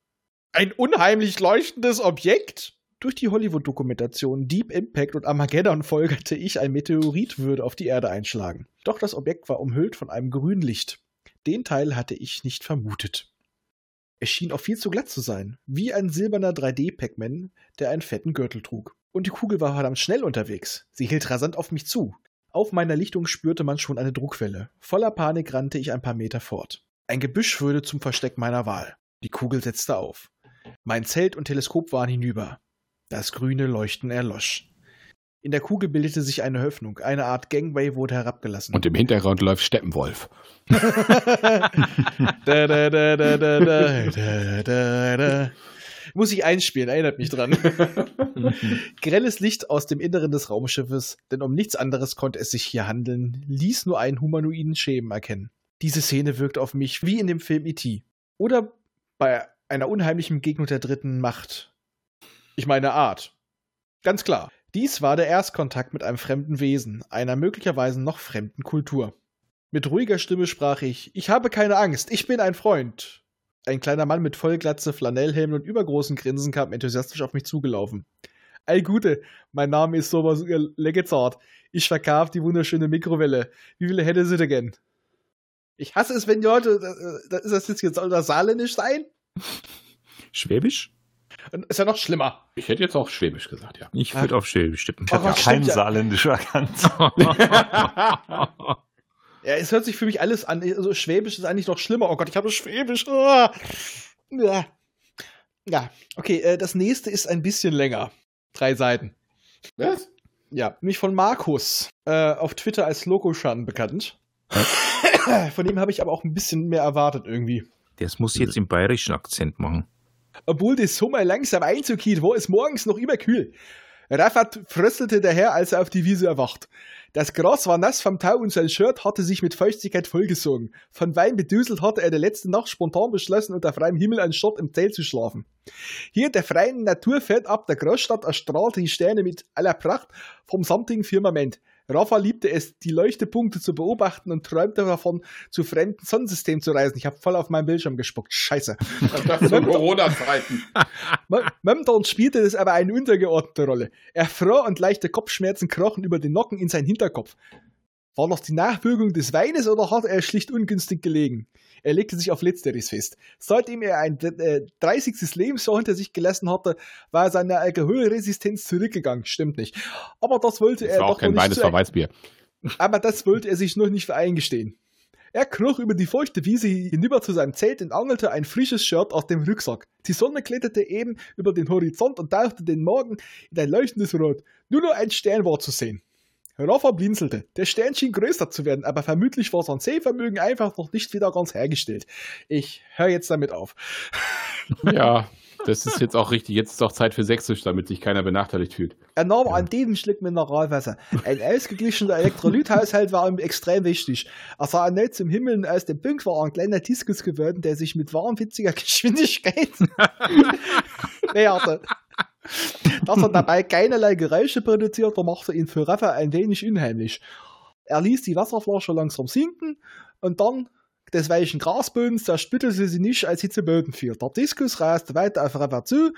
S2: Ein unheimlich leuchtendes Objekt? Durch die Hollywood-Dokumentation Deep Impact und Armageddon folgerte ich, ein Meteorit würde auf die Erde einschlagen. Doch das Objekt war umhüllt von einem grünen Licht. Den Teil hatte ich nicht vermutet. Es schien auch viel zu glatt zu sein, wie ein silberner 3D-Pac-Man, der einen fetten Gürtel trug. Und die Kugel war verdammt schnell unterwegs. Sie hielt rasant auf mich zu. Auf meiner Lichtung spürte man schon eine Druckwelle. Voller Panik rannte ich ein paar Meter fort. Ein Gebüsch würde zum Versteck meiner Wahl. Die Kugel setzte auf. Mein Zelt und Teleskop waren hinüber. Das grüne Leuchten erlosch. In der Kugel bildete sich eine Öffnung. Eine Art Gangway wurde herabgelassen.
S8: Und im Hintergrund läuft Steppenwolf.
S2: da, da, da, da, da, da, da, da, da. Muss ich einspielen, erinnert mich dran. Grelles Licht aus dem Inneren des Raumschiffes, denn um nichts anderes konnte es sich hier handeln, ließ nur einen humanoiden Schemen erkennen. Diese Szene wirkt auf mich wie in dem Film E.T. Oder bei einer unheimlichen Begegnung der dritten Macht. Ich meine Art. Ganz klar. Dies war der Erstkontakt mit einem fremden Wesen, einer möglicherweise noch fremden Kultur. Mit ruhiger Stimme sprach ich: Ich habe keine Angst, ich bin ein Freund. Ein kleiner Mann mit Vollglatze, Flanellhelm und übergroßen Grinsen kam enthusiastisch auf mich zugelaufen. All Gute, mein Name ist Sober Leggezart. Ich verkauf die wunderschöne Mikrowelle. Wie viele hätte sie denn? Ich hasse es, wenn die Leute. äh, äh, Ist das jetzt, jetzt soll das saarländisch sein?
S9: Schwäbisch?
S2: Und Ist ja noch schlimmer.
S9: Ich hätte jetzt auch Schwäbisch gesagt, ja.
S3: Ich würde auf Schwäbisch tippen.
S2: Ach, was
S4: Kein
S2: stimmt ja.
S4: Saarländisch erkannt.
S2: Ja, es hört sich für mich alles an. Also Schwäbisch ist eigentlich noch schlimmer. Oh Gott, ich habe Schwäbisch. Ah. Ja. ja, okay, äh, das nächste ist ein bisschen länger. Drei Seiten.
S6: Was?
S2: Ja, nämlich von Markus, äh, auf Twitter als Lokoshan bekannt. von dem habe ich aber auch ein bisschen mehr erwartet irgendwie.
S3: Das muss jetzt im bayerischen Akzent machen.
S2: Obwohl der Sommer langsam Einzug hielt, war es morgens noch überkühl. Rafat fröstelte daher, als er auf die Wiese erwacht. Das Gras war nass vom Tau und sein Shirt hatte sich mit Feuchtigkeit vollgesogen. Von Wein bedüselt hatte er der letzte Nacht spontan beschlossen, unter freiem Himmel anstatt im Zelt zu schlafen. Hier in der freien Natur fernab der Großstadt erstrahlte die Sterne mit aller Pracht vom samtigen Firmament. Rafa liebte es, die Leuchtepunkte zu beobachten und träumte davon, zu fremden Sonnensystemen zu reisen. Ich habe voll auf meinen Bildschirm gespuckt. Scheiße.
S6: Das sind Corona-Zeiten.
S2: Mö- Mömdon spielte es aber eine untergeordnete Rolle. Erfror und leichte Kopfschmerzen krochen über den Nocken in seinen Hinterkopf. War das die Nachwirkung des Weines oder hat er schlicht ungünstig gelegen? Er legte sich auf Letzteres fest. Seitdem er ein äh, 30. Lebensjahr hinter sich gelassen hatte, war seine Alkoholresistenz zurückgegangen. Stimmt nicht. Aber das wollte
S8: Das
S2: er
S8: war auch
S2: doch noch
S8: kein
S2: nicht
S8: Wein, das
S2: zu
S8: war Weißbier.
S2: aber das wollte er sich noch nicht eingestehen. Er kroch über die feuchte Wiese hinüber zu seinem Zelt und angelte ein frisches Shirt aus dem Rucksack. Die Sonne kletterte eben über den Horizont und tauchte den Morgen in ein leuchtendes Rot. Nur noch ein Stern war zu sehen. Rafa blinzelte. Der Stern schien größer zu werden, aber vermutlich war sein Sehvermögen einfach noch nicht wieder ganz hergestellt. Ich höre jetzt damit auf.
S8: Ja, das ist jetzt auch richtig. Jetzt ist auch Zeit für Sächsisch, damit sich keiner benachteiligt fühlt.
S2: Er nahm an jedem Schluck Mineralwasser. also, Ein ausgeglichener Elektrolythaushalt war ihm extrem wichtig. Er sah erneut zum Himmel und aus dem Punkt war ein kleiner Diskus geworden, der sich mit wahnwitziger Geschwindigkeit näherte. Dass er dabei keinerlei Geräusche produzierte, machte ihn für Rafa ein wenig unheimlich. Er ließ die Wasserflasche langsam sinken und dann des weichen Grasbodens zerspüttelte sie nicht, als sie zu Boden fiel. Der Diskus raste weiter auf Rafa zu,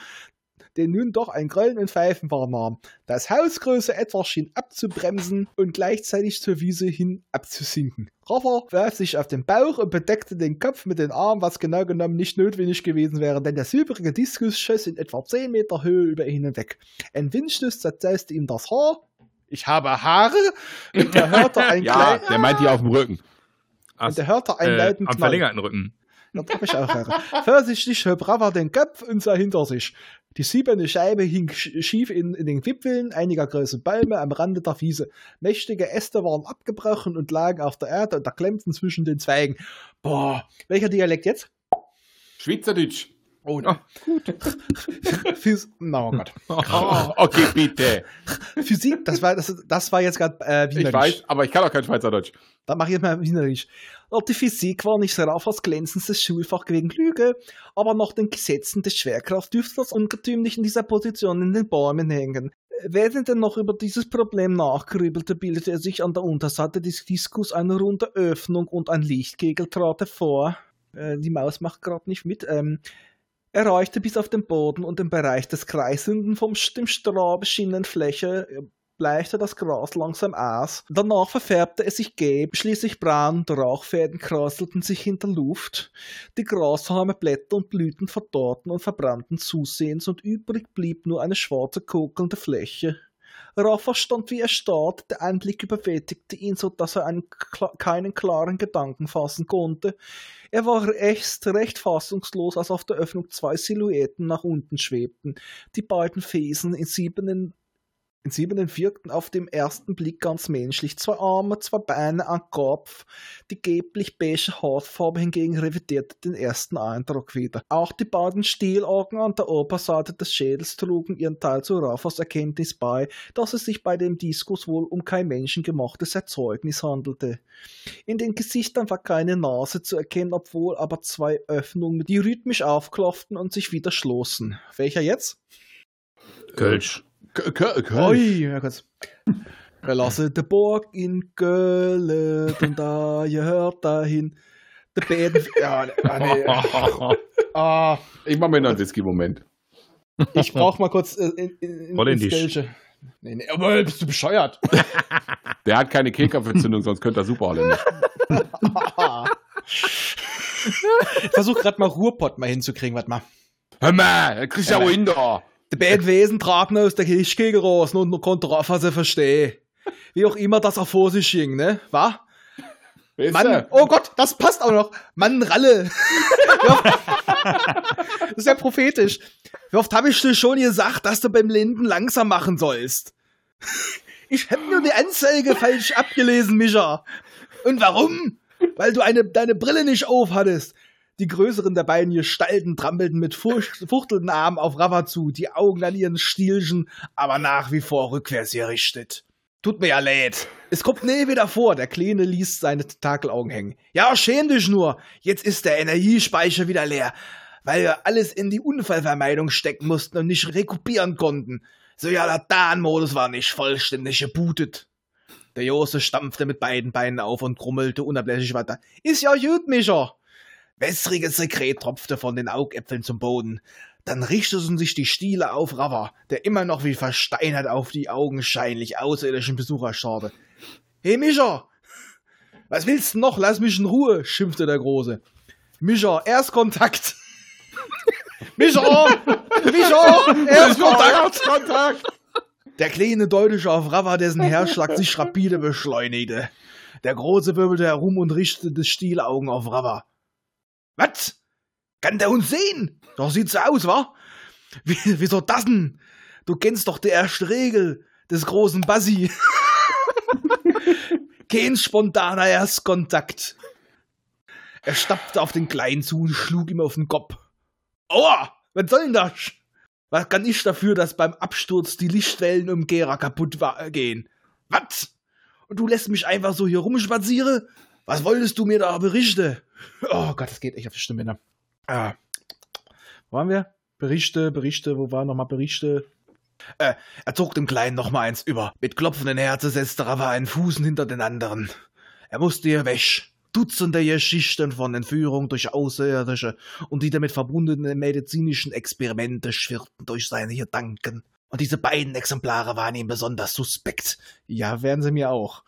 S2: den nun doch ein Grollen und Pfeifen wahrnahm. Das Hausgröße etwas schien abzubremsen und gleichzeitig zur Wiese hin abzusinken. Raffer warf sich auf den Bauch und bedeckte den Kopf mit den Armen, was genau genommen nicht notwendig gewesen wäre, denn der silbrige Diskus schoss in etwa 10 Meter Höhe über ihn hinweg. Ein Windstoß zerzauste ihm das Haar. Ich habe Haare? Und er hörte einen
S8: Ja,
S2: kleinen...
S8: der meint die auf dem Rücken.
S2: Und er hörte einen lauten
S3: Äh, am
S2: Knall.
S3: verlängerten Rücken.
S2: Das hab ich auch gehört. Vorsichtig hob Raffer den Kopf und sah hinter sich. Die silberne Scheibe hing sch- schief in, in den Wipfeln einiger großen Bäume am Rande der Wiese. Mächtige Äste waren abgebrochen und lagen auf der Erde und erklemmten zwischen den Zweigen. Boah, welcher Dialekt jetzt?
S8: Schweizerdeutsch.
S2: Oh, no. gut. Phys Na, oh Gott.
S8: Oh, okay, bitte.
S2: Physik, das war, das, das war jetzt gerade äh,
S8: Ich weiß, aber ich kann auch kein Schweizerdeutsch.
S2: Da mache ich mal widerlich. Auch die Physik war nicht so rauf als glänzendes Schulfach wegen Lüge, aber nach den Gesetzen der Schwerkraft dürfte das ungetümlich in dieser Position in den Bäumen hängen. Während er noch über dieses Problem nachgrübelte, bildete er sich an der Unterseite des Diskus eine runde Öffnung und ein Lichtkegel trat hervor. Äh, die Maus macht gerade nicht mit. Ähm, er reichte bis auf den Boden und den Bereich des kreisenden, vom St- dem Stroh beschienenen Fläche äh, bleichte das Gras langsam aus. Danach verfärbte es sich gelb, schließlich braun und Rauchfäden krauselten sich in der Luft. Die grashalme Blätter und Blüten verdorrten und verbrannten zusehends und übrig blieb nur eine schwarze, kokelnde Fläche. Rafa stand wie erstarrt, der Anblick überwältigte ihn, so dass er einen, kla- keinen klaren Gedanken fassen konnte. Er war echt recht fassungslos, als auf der Öffnung zwei Silhouetten nach unten schwebten. Die beiden Fesen in siebenen in Siebenen wirkten auf dem ersten Blick ganz menschlich. Zwei Arme, zwei Beine, ein Kopf. Die gelblich beige Hautfarbe hingegen revidierte den ersten Eindruck wieder. Auch die beiden Stielaugen an der Oberseite des Schädels trugen ihren Teil zu Rafas Erkenntnis bei, dass es sich bei dem Diskus wohl um kein menschengemachtes Erzeugnis handelte. In den Gesichtern war keine Nase zu erkennen, obwohl aber zwei Öffnungen, die rhythmisch aufklafften und sich wieder schlossen. Welcher jetzt?
S9: Kölsch.
S6: K- K- Köln.
S2: Oi, ja kurz. Verlasse de Burg in Köln und da gehört dahin. De Bäden. Ja, ah, nee. ah,
S8: Ich mache mir noch einen Whisky-Moment.
S2: ich brauch mal kurz äh, in, in, in,
S3: Holländisch.
S2: Kölsche. Nee, nee, aber bist du bescheuert?
S8: Der hat keine Kehlkopfentzündung, sonst könnte er super holländisch.
S2: ich versuch grad mal Ruhrpott mal hinzukriegen, warte mal.
S8: Hör mal, er kriegt ja auch hin da.
S2: De Bädwesen traten aus der Kirchkegel raus und nur konnte Rafa sie verstehen. Wie auch immer das auch vor sich ging, ne? War?
S8: Weißt
S2: Mann,
S8: du?
S2: oh Gott, das passt auch noch. Mann, Ralle. das ist ja prophetisch. Wie oft habe ich dir schon gesagt, dass du beim Linden langsam machen sollst? Ich habe nur die Anzeige falsch abgelesen, Micha. Und warum? Weil du eine, deine Brille nicht aufhattest. Die größeren der beiden Gestalten trampelten mit furcht- fuchtelnden Armen auf Rava zu, die Augen an ihren Stielchen, aber nach wie vor rückwärts gerichtet. Tut mir ja leid. Es kommt nie wieder vor. Der Kleine ließ seine Tentakelaugen hängen. Ja, schäm dich nur. Jetzt ist der Energiespeicher wieder leer, weil wir alles in die Unfallvermeidung stecken mussten und nicht rekupieren konnten. So ja, der Dan-Modus war nicht vollständig gebootet. Der Jose stampfte mit beiden Beinen auf und grummelte unablässig weiter. Ist ja gut, Micha. Wässriges Sekret tropfte von den Augäpfeln zum Boden. Dann richteten sich die Stiele auf Rava, der immer noch wie versteinert auf die augenscheinlich außerirdischen Besucher starrte. Hey Mischa! Was willst du noch? Lass mich in Ruhe, schimpfte der Große. Mischa, Erstkontakt! Mischa! Mischa! Erstkontakt! Der Kleine deutete auf Rava, dessen Herzschlag sich rapide beschleunigte. Der Große wirbelte herum und richtete Stielaugen auf Rava. Was? Kann der uns sehen? Doch sieht so aus, wa? Wie, wieso das denn? Du kennst doch die erste Regel des großen Bassi. Kein spontaner Erstkontakt. Er stapfte auf den Kleinen zu und schlug ihm auf den Kopf. Aua, was soll denn das? Was kann ich dafür, dass beim Absturz die Lichtwellen im Gera kaputt wa- äh, gehen? Was? Und du lässt mich einfach so hier rumspazieren? Was wolltest du mir da berichten? Oh Gott, das geht echt auf die Stimme. Ne? Ah. Wo waren wir? Berichte, Berichte, wo waren nochmal Berichte? Äh, er zog dem Kleinen noch mal eins über. Mit klopfendem Herzen setzte Rafa einen Fuß hinter den anderen. Er musste hier weg. Dutzende Geschichten von Entführung durch Außerirdische und die damit verbundenen medizinischen Experimente schwirrten durch seine Gedanken. Und diese beiden Exemplare waren ihm besonders suspekt. Ja, wären sie mir auch.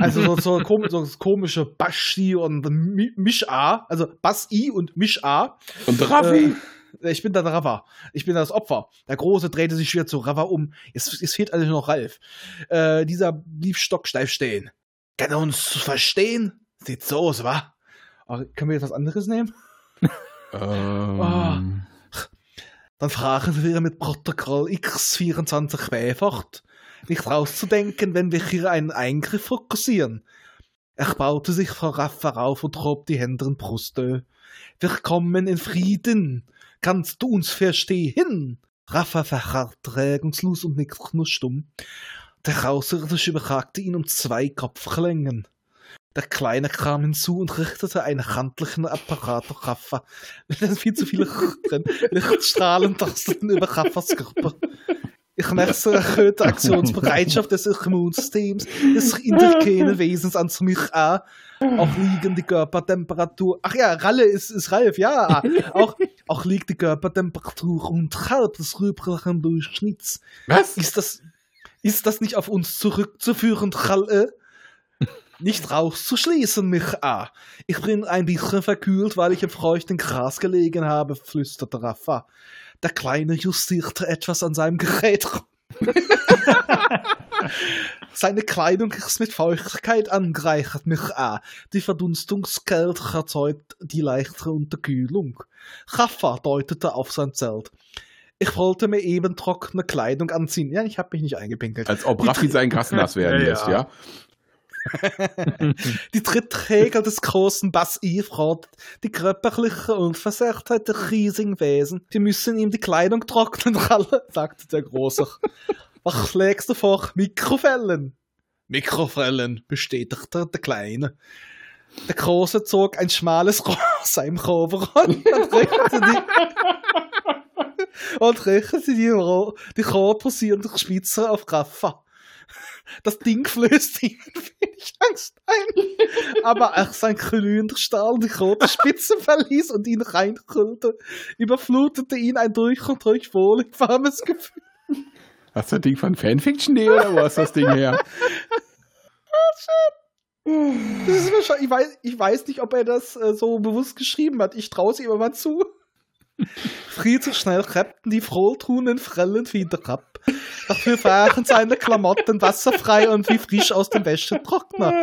S2: Also so, so, kom so das komische Baschi und Mi Mischa, also Bas-I und Mischa.
S6: Und Raffi.
S2: Äh, ich bin der Rava. Ich bin das Opfer. Der Große drehte sich schwer zu Rava um. Es, es fehlt also noch Ralf. Äh, dieser blieb stocksteif stehen. Kann er uns verstehen? Sieht so aus, wa? Oh, können wir jetzt was anderes nehmen? Ah.
S4: Ähm,
S2: Dann fragen wir mit Protokoll X24b fort. Nicht rauszudenken, wenn wir hier einen Eingriff fokussieren. Er baute sich vor Rafa auf und hob die Hände in Bruste. Wir kommen in Frieden. Kannst du uns verstehen? Rafa verharrte regungslos und nickte nur stumm. Der Außerirdische überragte ihn um zwei Kopflängen. Der Kleine kam hinzu und richtete einen handlichen Apparat auf Rafa. Da sind viel zu viele drin. Lichtstrahlen tasteten über Raffas Körper. Ich merke eine erhöhte Aktionsbereitschaft des Immunsystems des indigenen Wesens an zu mich an. Auch liegen die Körpertemperatur. Ach ja, Ralle ist, ist Ralf, ja. Auch, auch liegt die Körpertemperatur unterhalb des rüblichen Durchschnitts.
S8: Was?
S2: Ist das, ist das nicht auf uns zurückzuführen, Ralle? Nicht rauszuschließen, mich A. Ich bin ein bisschen verkühlt, weil ich im feuchten Gras gelegen habe, flüsterte Rafa. Der Kleine justierte etwas an seinem Gerät. Seine Kleidung ist mit Feuchtigkeit angereichert, mich A. Die Verdunstungskälte erzeugt die leichtere Unterkühlung. Rafa deutete auf sein Zelt. Ich wollte mir eben trockene Kleidung anziehen. Ja, ich habe mich nicht eingepinkelt.
S8: Als ob Raffi sein Gras nass werden
S9: Ja, ja.
S8: lässt, ja?
S2: Die Trittträger des großen Bass Ifrat, die körperliche Unversehrtheit der riesigen Wesen, die müssen ihm die Kleidung trocknen, alle, sagte der Große. Was schlägst du vor? Mikrofellen? Mikrofellen, bestätigte der Kleine. Der Große zog ein schmales Rohr aus seinem Overall und richtete die, und richtete die, Ro- die Rohrposierende Spitze auf Rafa. Das Ding flößt ihm ein wenig Angst ein, aber auch sein glühender Stahl die rote Spitze verließ und ihn reinrüllte, überflutete ihn ein durch und durch wohlig warmes Gefühl.
S6: Hast du das Ding von Fanfiction.de oder wo hast du das Ding her?
S2: Das ist mir schon, ich, weiß, ich weiß nicht, ob er das äh, so bewusst geschrieben hat. Ich traue es ihm aber zu. Viel zu schnell rappten die frohltunen Frellen wieder ab. Dafür waren seine Klamotten wasserfrei und wie frisch aus dem Wäschetrockner.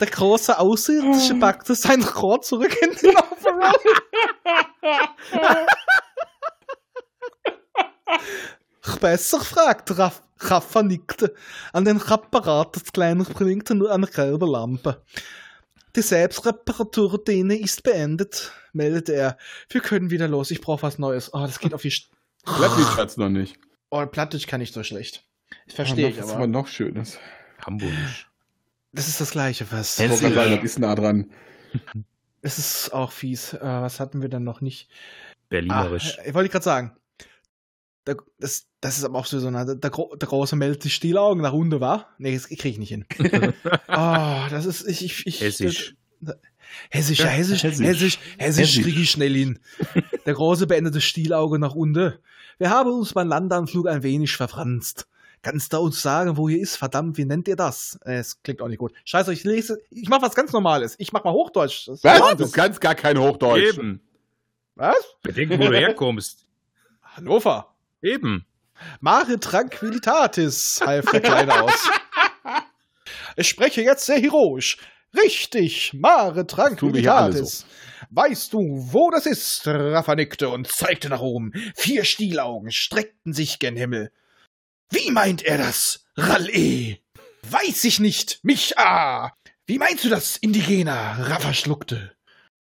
S2: Der große Außerirdische packte sein Rohr zurück in den Overall. Besser fragt, Raff- Raffa nickte. An den Apparat des Kleinen blinkte nur eine gelbe Lampe. Die Selbstreparatur Däne ist beendet, meldete er. Wir können wieder los, ich brauche was Neues. Oh, das geht auf die... St
S6: Raffi hat's noch nicht.
S2: oh, Plattdeutsch kann ich so schlecht. Ich verstehe ich
S6: Ah, das
S2: aber.
S6: aber noch Schönes.
S3: Hamburgisch.
S2: Ah, Das ist das gleiche, was...
S6: Ich wollte gerade sagen, Das ist nah dran.
S2: Es ist auch fies. Äh, was hatten wir denn noch nicht?
S9: Berlinerisch.
S2: Ah, äh, wollte ich gerade sagen. Der, das, das ist aber auch so, so eine, der, Gro- der große meldet sich stille Augen nach unten, wa? Nee, das kriege ich nicht hin. Ah, das ist, ich, ich, ich
S9: Hessisch.
S2: Hessisch, ja, hessisch,
S4: Hessisch.
S2: hessisch, hessisch, krieg ich schnell hin. Der große beendete Stielauge nach unten. Wir haben uns beim Landanflug ein wenig verfranst. Kannst du uns sagen, wo hier ist? Verdammt, wie nennt ihr das? Äh, Es klingt auch nicht gut. Scheiße, ich lese, ich mach was ganz Normales. Ich mach mal Hochdeutsch. Das ist
S8: Was?
S2: Wahnsinn.
S8: Du kannst gar kein Hochdeutsch.
S3: Eben.
S2: Was?
S3: Bedenken, wo du herkommst.
S2: Hannover.
S3: Eben.
S2: Mare Tranquillitatis, half der Kleine aus. Ich spreche jetzt sehr heroisch. Richtig, Mare
S8: tun wir hier alle
S2: Tranquillitatis. Weißt du, wo das ist? Raffa nickte und zeigte nach oben. Vier Stielaugen streckten sich gen Himmel. Wie meint er das? Ralle? Weiß ich nicht, mich ah! Wie meinst du das, Indigener? Raffa schluckte.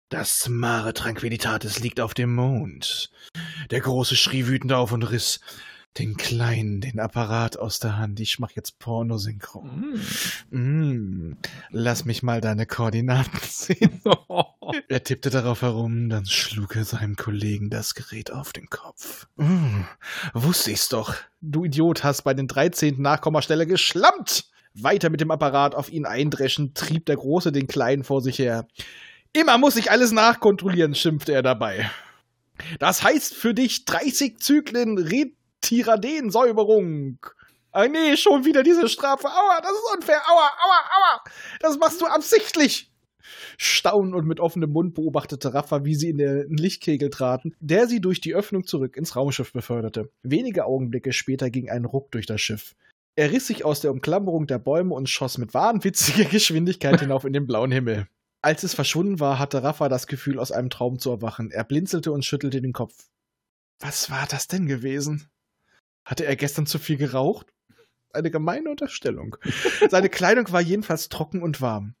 S2: Das Mare Tranquillitatis liegt auf dem Mond. Der Große schrie wütend auf und riss. den Kleinen den Apparat aus der Hand. Ich mach jetzt Pornosynchron. Mm. Lass mich mal deine Koordinaten sehen. er tippte darauf herum, dann schlug er seinem Kollegen das Gerät auf den Kopf. Mm. Wusste ich's doch. Du Idiot hast bei den 13. Nachkommastelle geschlammt. Weiter mit dem Apparat auf ihn eindreschen, trieb der Große den Kleinen vor sich her. Immer muss ich alles nachkontrollieren, schimpfte er dabei. Das heißt für dich 30 Zyklen Retiradensäuberung. Ah nee, schon wieder diese Strafe. Aua, das ist unfair. Aua, aua, aua. Das machst du absichtlich. Staunend und mit offenem Mund beobachtete Raffa, wie sie in den Lichtkegel traten, der sie durch die Öffnung zurück ins Raumschiff beförderte. Wenige Augenblicke später ging ein Ruck durch das Schiff. Er riss sich aus der Umklammerung der Bäume und schoss mit wahnwitziger Geschwindigkeit hinauf in den blauen Himmel. Als es verschwunden war, hatte Rafa das Gefühl, aus einem Traum zu erwachen. Er blinzelte und schüttelte den Kopf. Was war das denn gewesen? Hatte er gestern zu viel geraucht? Eine gemeine Unterstellung. Seine Kleidung war jedenfalls trocken und warm.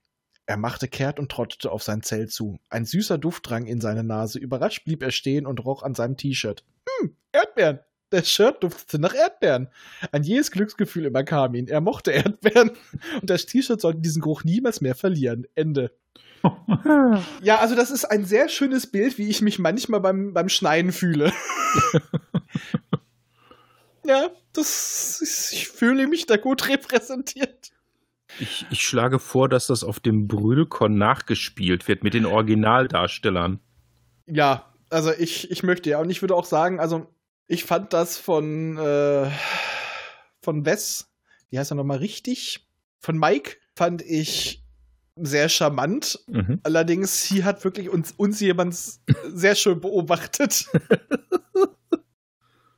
S2: Er machte kehrt und trottete auf sein Zelt zu. Ein süßer Duft drang in seine Nase. Überrascht blieb er stehen und roch an seinem T-Shirt. Hm, Erdbeeren. Das Shirt duftete nach Erdbeeren. Ein jähes Glücksgefühl überkam ihn. Er mochte Erdbeeren. Und das T-Shirt sollte diesen Geruch niemals mehr verlieren. Ende. Ja, also das ist ein sehr schönes Bild, wie ich mich manchmal beim, beim Schneiden fühle. ja, das ist, ich fühle mich da gut repräsentiert.
S9: Ich, ich schlage vor, dass das auf dem Brüdelkorn nachgespielt wird mit den Originaldarstellern.
S2: Ja, also ich, ich möchte ja, und ich würde auch sagen, also ich fand das von, äh, von Wes, wie heißt er nochmal richtig? Von Mike fand ich sehr charmant.
S9: Mhm.
S2: Allerdings, hier hat wirklich uns, uns jemand sehr schön beobachtet.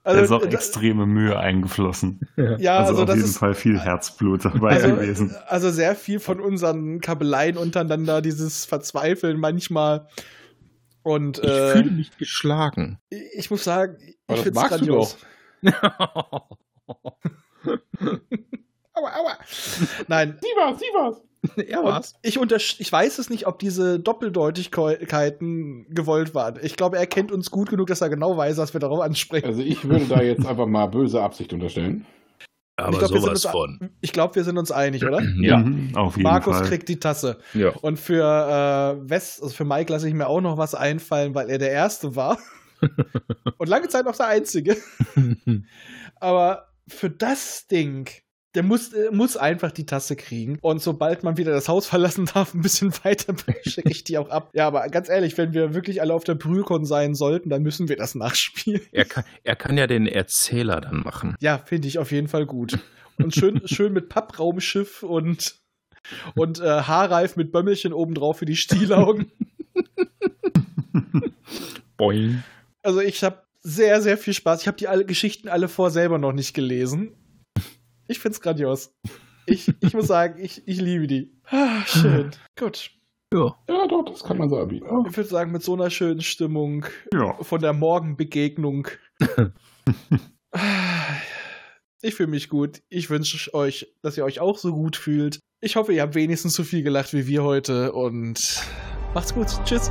S4: da ist auch
S2: da-
S4: extreme Mühe eingeflossen.
S2: ja,
S4: also,
S2: also,
S4: auf
S2: das
S4: jeden
S2: ist
S4: Fall viel Herzblut dabei
S2: also,
S4: gewesen.
S2: also sehr viel von unseren Kabeleien untereinander, dieses Verzweifeln manchmal. Und
S9: Ich
S2: äh,
S9: fühle mich geschlagen.
S2: ich, ich muss sagen,
S6: Aber
S2: ich
S6: das
S2: finde es
S6: magst du
S2: grandios.
S6: doch.
S2: Aua, aua. Nein,
S6: Sie war's, sie war's.
S9: er
S2: und ich, untersch- ich weiß es nicht, ob diese Doppeldeutigkeiten gewollt waren. Ich glaube, er kennt uns gut genug, dass er genau weiß, dass wir darauf ansprechen.
S6: Also ich würde da jetzt einfach mal böse Absicht unterstellen.
S9: Aber
S2: glaub, wir sind
S9: sowas
S2: uns-
S9: von.
S2: Ich glaube, wir sind uns einig, oder?
S9: Ja.
S4: Mhm, auf jeden
S2: Markus
S4: Fall.
S2: kriegt die Tasse.
S9: ja.
S2: Und für äh, Wes, also für Mike lasse ich mir auch noch was einfallen, weil er der Erste war. Und lange Zeit auch der Einzige. Aber für das Ding, der muss, äh, muss einfach die Tasse kriegen. Und sobald man wieder das Haus verlassen darf, ein bisschen weiter, schicke ich die auch ab. Ja, aber ganz ehrlich, wenn wir wirklich alle auf der Brühlkon sein sollten, dann müssen wir das nachspielen.
S9: Er, kann, er kann ja den Erzähler dann machen.
S2: Ja, finde ich auf jeden Fall gut. Und schön, schön mit Pappraumschiff und, und äh, Haarreif mit Bömmelchen obendrauf für die Stielaugen.
S9: Boing.
S2: Also ich habe sehr, sehr viel Spaß. Ich habe die alle, Geschichten alle vor selber noch nicht gelesen. Ich find's grandios. Ich, ich muss sagen, ich, ich liebe die. Ah, schön. Gut.
S6: Ja, doch, das kann man so anbieten.
S2: Ich würde sagen, mit so einer schönen Stimmung
S4: Ja.
S2: von der Morgenbegegnung. Ah, ich fühle mich gut. Ich wünsche euch, dass ihr euch auch so gut fühlt. Ich hoffe, ihr habt wenigstens so viel gelacht wie wir heute und macht's gut. Tschüss.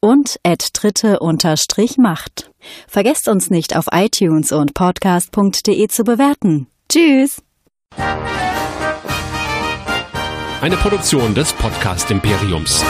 S10: und at dritte-macht. Vergesst uns nicht auf iTunes und podcast.de zu bewerten. Tschüss!
S11: Eine Produktion des Podcast Imperiums.